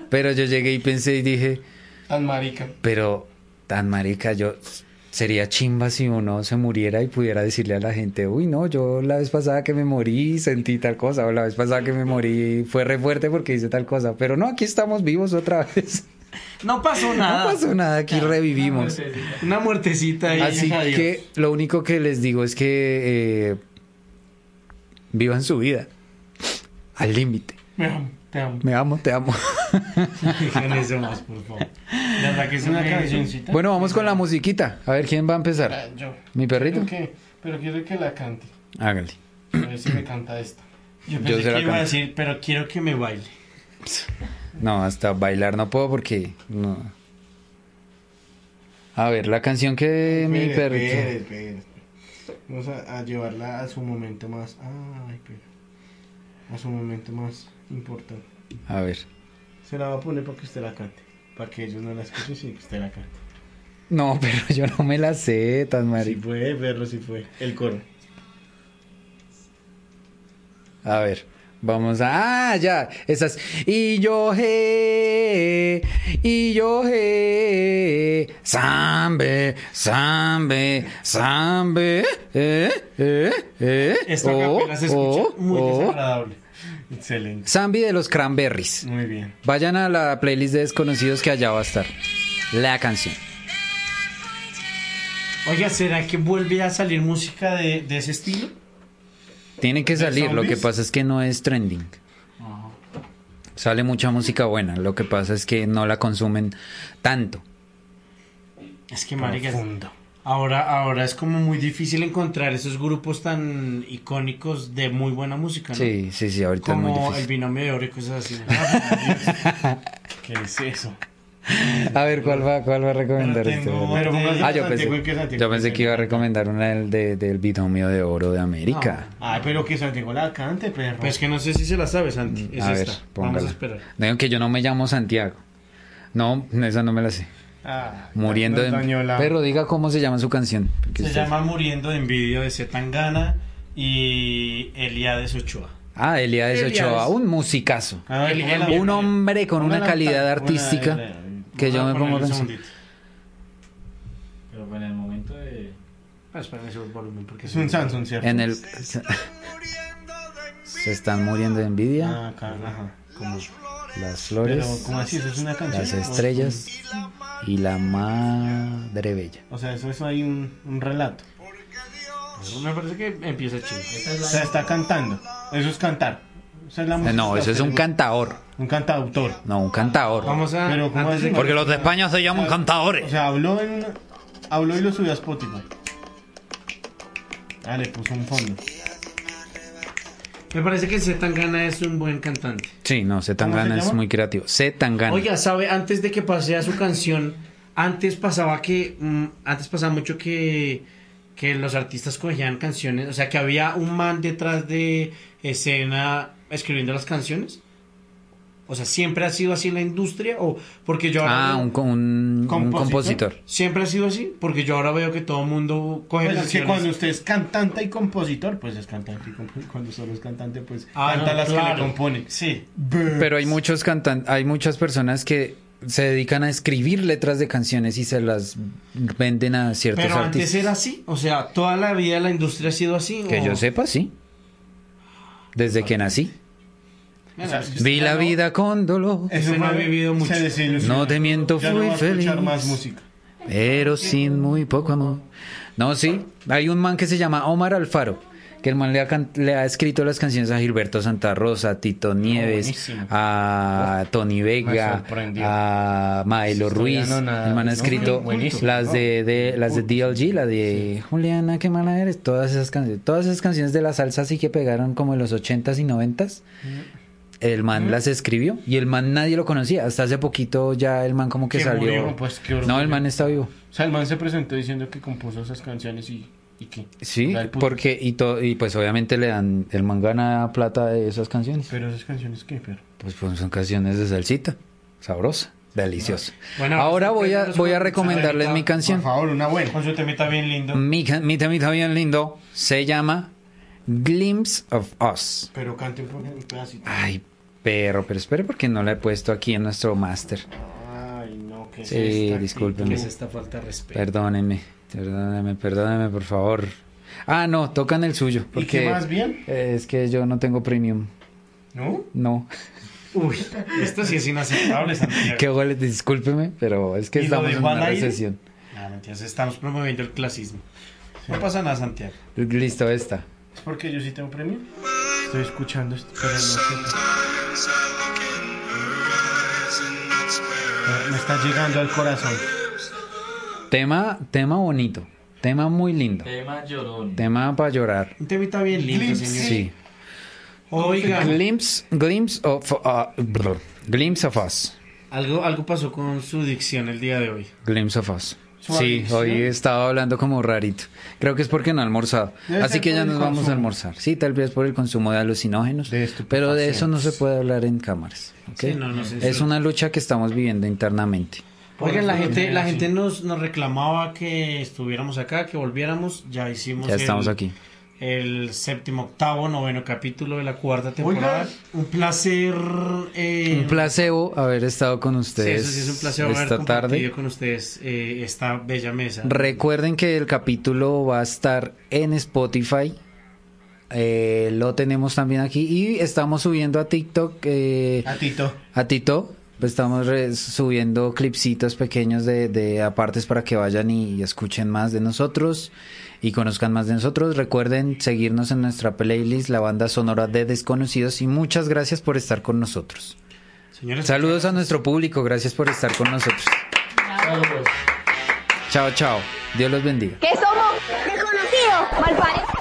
Speaker 2: Pero yo llegué y pensé y dije,
Speaker 1: Tan marica.
Speaker 2: pero tan marica, yo sería chimba si uno se muriera y pudiera decirle a la gente, uy, no, yo la vez pasada que me morí sentí tal cosa, o la vez pasada que me morí fue re fuerte porque hice tal cosa, pero no, aquí estamos vivos otra vez. <laughs>
Speaker 3: no pasó
Speaker 2: No
Speaker 3: nada.
Speaker 2: pasó nada, aquí revivimos.
Speaker 3: Una muertecita ahí.
Speaker 2: Así
Speaker 1: gracias a Dios.
Speaker 2: que lo único que les digo es que eh, vivan su vida al límite.
Speaker 1: Me amo, te amo.
Speaker 2: Me amo, te amo.
Speaker 3: Dejen eso más, por favor. La verdad que es
Speaker 1: Es una
Speaker 3: una canción.
Speaker 1: cancioncita.
Speaker 2: <laughs> Bueno, vamos con la musiquita. A ver quién va a empezar.
Speaker 1: Ah, yo.
Speaker 2: ¿Mi perrito?
Speaker 1: que, pero quiero que la cante.
Speaker 2: Hágale.
Speaker 1: A ver si me canta esta.
Speaker 3: Yo
Speaker 2: Yo
Speaker 3: pensé
Speaker 2: se la
Speaker 3: que iba a
Speaker 2: canto.
Speaker 3: decir, pero quiero que me baile.
Speaker 2: No, hasta bailar no puedo porque no. A ver, la canción que mi
Speaker 1: Espere,
Speaker 2: perrito.
Speaker 1: espere, espere. Vamos a, a llevarla a su momento más. Ay, pero. A su momento más importante.
Speaker 2: A ver.
Speaker 1: Se la va a poner para que usted la cante. Para que ellos no la escuchen, sino que usted la cante.
Speaker 2: No, <laughs> pero yo no me la sé tan
Speaker 1: Si
Speaker 2: marica.
Speaker 1: fue, verlo, si fue. El coro.
Speaker 2: A ver. Vamos a. Ah, ya. Esas. Y yo je. Y yo je. Sambe. Sambe. Sambe. Eh. Eh. Eh.
Speaker 3: Esta
Speaker 2: oh,
Speaker 3: capela se escucha
Speaker 2: oh,
Speaker 3: muy
Speaker 2: oh.
Speaker 3: desagradable.
Speaker 1: Excelente.
Speaker 2: Zambi de los Cranberries.
Speaker 1: Muy bien.
Speaker 2: Vayan a la playlist de desconocidos que allá va a estar. La canción.
Speaker 3: Oiga, ¿será que vuelve a salir música de, de ese estilo?
Speaker 2: Tiene que salir, lo que
Speaker 1: zombies?
Speaker 2: pasa es que no es trending. Sale mucha música buena, lo que pasa es que no la consumen tanto.
Speaker 3: Es que, marica, ahora, ahora es como muy difícil encontrar esos grupos tan icónicos de muy buena música, ¿no?
Speaker 2: Sí, sí, sí, ahorita es muy
Speaker 3: Como el
Speaker 2: difícil.
Speaker 3: binomio de oro y cosas
Speaker 2: <laughs>
Speaker 3: así. Ah, pues,
Speaker 1: ¿Qué es eso?
Speaker 2: <laughs> A ver, ¿cuál va, cuál va a recomendar
Speaker 3: Pero tengo-
Speaker 2: usted?
Speaker 3: pero póngase
Speaker 2: Ah, yo pensé,
Speaker 1: que Santiago-
Speaker 2: yo pensé que iba a recomendar una del, de- del binomio de oro de América.
Speaker 1: Ay, pero que Santiago la cante, perro.
Speaker 3: Pues que no sé si se la sabe, Santi. Es
Speaker 2: Mm, a ver,
Speaker 3: esta. Vamos a
Speaker 2: póngala.
Speaker 3: esperar.
Speaker 2: Digo que yo no me llamo Santiago. No, esa no me la sé.
Speaker 1: Ah,
Speaker 2: Muriendo
Speaker 1: nos dañó
Speaker 2: de...
Speaker 1: la-
Speaker 2: Pero diga cómo se llama su canción. porque
Speaker 3: Se
Speaker 2: usted-
Speaker 3: llama Muriendo de Envidia de Zetangana y Elías Ochoa.
Speaker 2: Ah, Elías
Speaker 3: Elías.
Speaker 2: Ochoa, un musicazo.
Speaker 1: A ver,
Speaker 3: El-
Speaker 1: póngala-
Speaker 3: el-
Speaker 2: Un hombre con
Speaker 1: Ah,
Speaker 2: una
Speaker 1: póngala-
Speaker 2: calidad
Speaker 1: póngala-
Speaker 2: artística que yo
Speaker 3: Voy a
Speaker 2: me
Speaker 3: poner
Speaker 2: pongo a
Speaker 3: un
Speaker 2: pensar.
Speaker 3: segundito.
Speaker 5: Pero bueno, en el momento de...
Speaker 3: Ah, espérame, subo el volumen porque
Speaker 1: Es un Samsung, ¿cierto? Ah,
Speaker 2: En el... <laughs> Se están muriendo de envidia.
Speaker 1: Ah, car- ajá. Como-
Speaker 2: Las
Speaker 1: Ah. Pero,
Speaker 2: flores,
Speaker 1: ¿cómo así? ¿Eso es una canción?
Speaker 2: las estrellas y la madre bella.
Speaker 1: O sea, eso, eso hay un, un relato.
Speaker 3: Me parece que empieza chido.
Speaker 5: Esa
Speaker 1: O
Speaker 5: es
Speaker 1: sea, está cantando. Eso es cantar. Esa es la
Speaker 2: Eh,
Speaker 1: música
Speaker 2: No,
Speaker 1: que
Speaker 2: eso es
Speaker 1: a
Speaker 2: un
Speaker 1: usted le gusta.
Speaker 2: cantaor.
Speaker 1: Un cantautor.
Speaker 2: No, un cantaor.
Speaker 3: Vamos a.
Speaker 1: Pero, ¿cómo
Speaker 3: antes de
Speaker 1: así?
Speaker 3: que-
Speaker 2: Porque los de España se llaman
Speaker 1: O
Speaker 2: cantaores.
Speaker 1: sea, habló en una... Habló y lo subió a Spotify. Ah, le puso un fondo.
Speaker 3: Me parece que Zetangana es un buen cantante.
Speaker 2: Sí,
Speaker 1: ¿Cómo
Speaker 2: no, C.
Speaker 1: se
Speaker 2: Tangana es
Speaker 1: llama?
Speaker 2: muy creativo. C. Tangana.
Speaker 3: Oiga, ¿sabe? Antes de que pasea su canción, antes pasaba que. mm, antes pasaba mucho que. Que los artistas cogían canciones. O sea, que había un man detrás de escena escribiendo las canciones. O O sea, siempre ha sido así la industria o porque yo ahora
Speaker 2: Ah,
Speaker 3: veo-
Speaker 2: un, co- un- un
Speaker 1: Compositor.
Speaker 2: compositor.
Speaker 3: siempre ha sido así porque yo ahora veo que todo el mundo coge
Speaker 1: Pues es que
Speaker 3: canciones.
Speaker 1: cuando usted es cantante y compositor, pues es cantante y compositor. Cuando solo es cantante, pues
Speaker 3: Ah,
Speaker 1: canta
Speaker 3: no,
Speaker 1: las que le
Speaker 3: claro.
Speaker 1: compone.
Speaker 3: Sí.
Speaker 2: Pero hay muchos cantan hay muchas personas que se dedican a escribir letras de canciones y se las venden a ciertos
Speaker 3: Pero antes
Speaker 2: artistas.
Speaker 3: era así, o sea, toda la vida la industria ha sido así.
Speaker 2: Que
Speaker 3: o-
Speaker 2: yo sepa, sí. Desde que nací.
Speaker 1: O sea, es que
Speaker 2: Vi
Speaker 1: usted ya
Speaker 2: la
Speaker 1: no-
Speaker 2: vida con dolor,
Speaker 3: Usted no ha
Speaker 1: man
Speaker 3: vivido mucho.
Speaker 1: Se desilusionó.
Speaker 2: No te miento,
Speaker 1: Ya no
Speaker 2: fui
Speaker 1: va a escuchar
Speaker 2: feliz.
Speaker 1: más música.
Speaker 2: pero sin muy poco amor. No, sí. Hay un man que se llama Omar Alfaro. Que el man le ha, can- le ha escrito las canciones a Gilberto Santa Rosa, a Tito Nieves,
Speaker 5: buenísimo.
Speaker 2: a Tony Vega,
Speaker 5: sorprendió.
Speaker 2: a Maelo
Speaker 5: Estoy
Speaker 2: Ruiz.
Speaker 5: anonadado.
Speaker 2: El man ha
Speaker 5: No,
Speaker 2: escrito
Speaker 5: buenísimo.
Speaker 2: las de, de- las de DLG, la de Juliana, qué mala eres. Todas esas canciones, todas esas canciones de la salsa sí que pegaron como en los 80s y 90s.
Speaker 5: Mm.
Speaker 2: El man las escribió y el man nadie lo conocía. Hasta hace poquito ya el man como que
Speaker 1: Que
Speaker 2: salió.
Speaker 1: murió, pues, qué orgullo.
Speaker 2: no, el man está vivo.
Speaker 1: O sea, el man se presentó diciendo que compuso esas canciones y, y qué.
Speaker 2: Sí,
Speaker 1: Da el puto.
Speaker 2: porque y, to- y pues obviamente le dan el man gana plata de esas canciones.
Speaker 1: Pero esas canciones qué, pero.
Speaker 2: Pues, pues, son canciones de salsita, sabrosa, deliciosa.
Speaker 3: Bueno,
Speaker 2: Ahora
Speaker 3: pues,
Speaker 2: voy a
Speaker 3: pues,
Speaker 2: voy a
Speaker 3: pues,
Speaker 2: recomendarles
Speaker 3: pues,
Speaker 2: mi canción. Mm.
Speaker 1: Por favor, una buena.
Speaker 3: Con su temita bien lindo.
Speaker 2: Mi ca- mi temita bien lindo se llama Glimpse of Us.
Speaker 1: Pero cante un poco- un pedacito.
Speaker 2: Ay, perro, pero espere porque no la he puesto aquí en nuestro máster.
Speaker 1: Ay, no, que
Speaker 2: Sí, discúlpeme.
Speaker 3: Que es esta falta de respeto.
Speaker 2: Perdónenme, perdónenme, perdónenme, por favor. Ah, no, tocan el suyo.
Speaker 1: ¿Y
Speaker 2: Porque
Speaker 1: qué más bien?
Speaker 2: eh, Es que yo no tengo premium.
Speaker 1: ¿No?
Speaker 2: No.
Speaker 3: Uy, esto sí es inaceptable, <laughs> Santiago.
Speaker 2: Qué goles, discúlpeme, pero es que
Speaker 3: ¿Y lo
Speaker 2: estamos en
Speaker 3: dejó al
Speaker 2: una
Speaker 3: aire?
Speaker 2: recesión.
Speaker 3: Ah, mentiras, estamos promoviendo el clasismo. No pasa nada, Santiago.
Speaker 2: Listo, esta.
Speaker 1: Es porque yo sí tengo premio. Estoy escuchando esto, pero no sé. Me está llegando al corazón.
Speaker 2: Tema, tema bonito. Tema muy lindo.
Speaker 5: Tema llorón.
Speaker 2: Tema para llorar.
Speaker 3: Un temita bien lindo,
Speaker 1: Glimpse.
Speaker 3: señor.
Speaker 2: Sí.
Speaker 3: Oiga,
Speaker 2: Glimpse, glimpse of, ah, brr. glimpse of us.
Speaker 3: algo, algo pasó con su dicción el día de hoy.
Speaker 2: Glimpse of us.
Speaker 1: ¿Su
Speaker 2: Sí,
Speaker 1: adicción?
Speaker 2: hoy he estado hablando como rarito. Creo que es porque no he almorzado.
Speaker 1: Debe
Speaker 2: Así
Speaker 1: ser
Speaker 2: que
Speaker 1: por
Speaker 2: ya
Speaker 1: el
Speaker 2: nos vamos a
Speaker 1: consumo.
Speaker 2: almorzar. Sí, tal vez por el consumo de alucinógenos.
Speaker 1: De
Speaker 2: pero de eso no se
Speaker 1: estupefacientes.
Speaker 2: puede hablar en cámaras. ¿ok?
Speaker 3: Sí, no, no se
Speaker 2: es
Speaker 3: disfruta.
Speaker 2: una lucha que estamos viviendo internamente.
Speaker 3: Oigan, la
Speaker 1: Por
Speaker 3: gente, la
Speaker 1: sí.
Speaker 3: gente nos, nos reclamaba que estuviéramos acá, que volviéramos. Ya hicimos
Speaker 2: Ya
Speaker 3: el-
Speaker 2: estamos aquí.
Speaker 3: el séptimo, octavo, noveno capítulo de la cuarta
Speaker 1: Oigan.
Speaker 3: temporada. Un placer. eh,
Speaker 2: un placebo haber estado con
Speaker 3: sí,
Speaker 2: ustedes
Speaker 3: eso sí es un placer haber
Speaker 2: esta
Speaker 3: compartido
Speaker 2: tarde.
Speaker 3: con ustedes eh, esta bella mesa.
Speaker 2: Recuerden que el capítulo va a estar en Spotify. Eh, lo tenemos también aquí y estamos subiendo a TikTok, eh,
Speaker 1: A Tito.
Speaker 2: a Tito. Pues Estamos re- subiendo clipsitos pequeños de, de apartes para que vayan y, escuchen más de nosotros y conozcan más de nosotros. Recuerden seguirnos en nuestra playlist, la banda sonora de desconocidos y muchas gracias por estar con nosotros.
Speaker 3: Señores,
Speaker 2: Saludos a nuestro público, gracias por estar con nosotros.
Speaker 5: Saludos.
Speaker 2: Chao, chao. Dios los bendiga.
Speaker 4: ¿Qué somos? Desconocidos, malparidos.